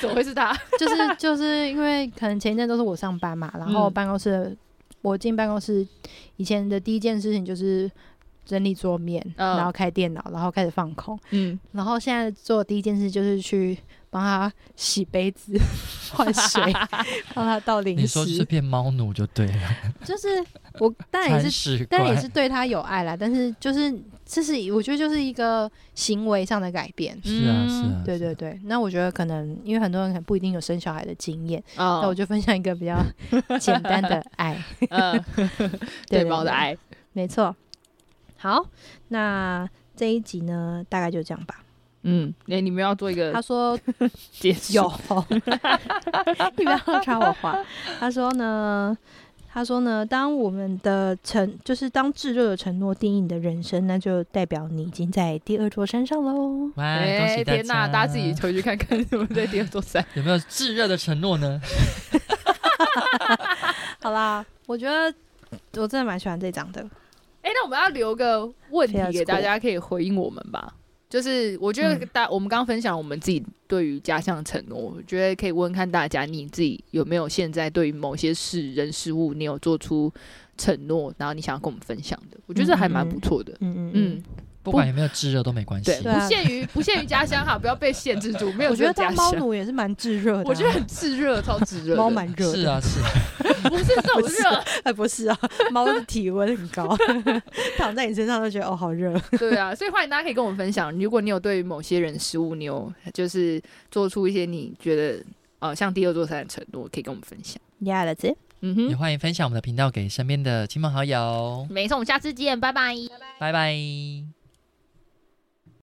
S3: 怎么会是他？
S2: 就是 就是因为可能前一阵都是我上班嘛，然后
S3: 嗯
S2: 办公室的、我进办公室以前的第一件事情就是整理桌面，
S3: 嗯
S2: 然后开电脑，然后开始放空，
S3: 嗯，
S2: 然后现在做的第一件事就是去帮他洗杯子、换 水，帮他倒零
S4: 你说就是
S2: 食，
S4: 变猫奴就对了，
S2: 就是我当然也
S4: 铲
S2: 是
S4: 屎
S2: 但
S4: 官
S2: 也是对他有爱啦，但是就是这是我觉得就是一个行为上的改变。
S4: 是啊是
S3: 嗯
S4: 啊，
S2: 对
S4: 是
S2: 对
S4: 啊，
S2: 对，那我觉得可能因为很多人可能不一定有生小孩的经验，
S3: 啊
S2: 那我就分享一个比较简单的爱，
S3: 嗯，对猫的，爱，
S2: 没错。好，那这一集呢大概就这样吧。
S3: 嗯，那你们要做一
S2: 他
S3: 个
S2: 说
S3: 结束，
S2: 有， 你不要插我话。他说呢，他说呢，当我们的承，就是当炙热的承诺定义你的人生，那就代表你已经在第二座山上喽。
S4: 哇，恭
S3: 哎，
S4: 喜
S3: 天
S4: 哪，
S3: 大家自己回去看看我们在第二座 山。
S4: 有没有炙热的承诺呢？
S2: 好啦，我觉得我真的蛮喜欢这张的。
S3: 哎、那我们要留个问题
S2: Fair
S3: 给大家，可以回应我们吧。就是我觉得大，我们刚刚分享我们自己对于家乡的承诺，我觉得可以问问看大家，你自己有没有现在对于某些事、人、事物，你有做出承诺，然后你想要跟我们分享的，我觉得这还蛮不错的。
S2: 嗯嗯
S3: 嗯，
S2: 嗯，
S4: 不管有没有炙热都没关系
S3: 对，。
S2: 对啊
S3: 不限于不限于家乡哈，不要被限制住，没有
S2: 我觉得
S3: 只有
S2: 当
S3: 家
S2: 猫
S3: 乡，
S2: 奴也是蛮炙热的啊、
S3: 我觉得很炙热，超炙热的，
S2: 猫蛮热
S4: 是
S2: 的，
S4: 啊是啊，
S3: 不是 这种
S2: 不是
S3: 热，
S2: 哎，不是啊，猫的体温很 高，躺在你身上都觉得哦好热。
S3: 对啊，所以欢迎大家可以跟我们分享，如果你有对于某些人事物，你有就是做出一些你觉得呃像第二座山的承诺，可以跟我们分享。
S2: Yeah, that's it.
S3: 嗯
S4: 也
S3: 哼，
S4: 欢迎分享我们的频道给身边的亲朋好友，
S1: 没错，我们下次见，拜拜。
S4: 拜拜。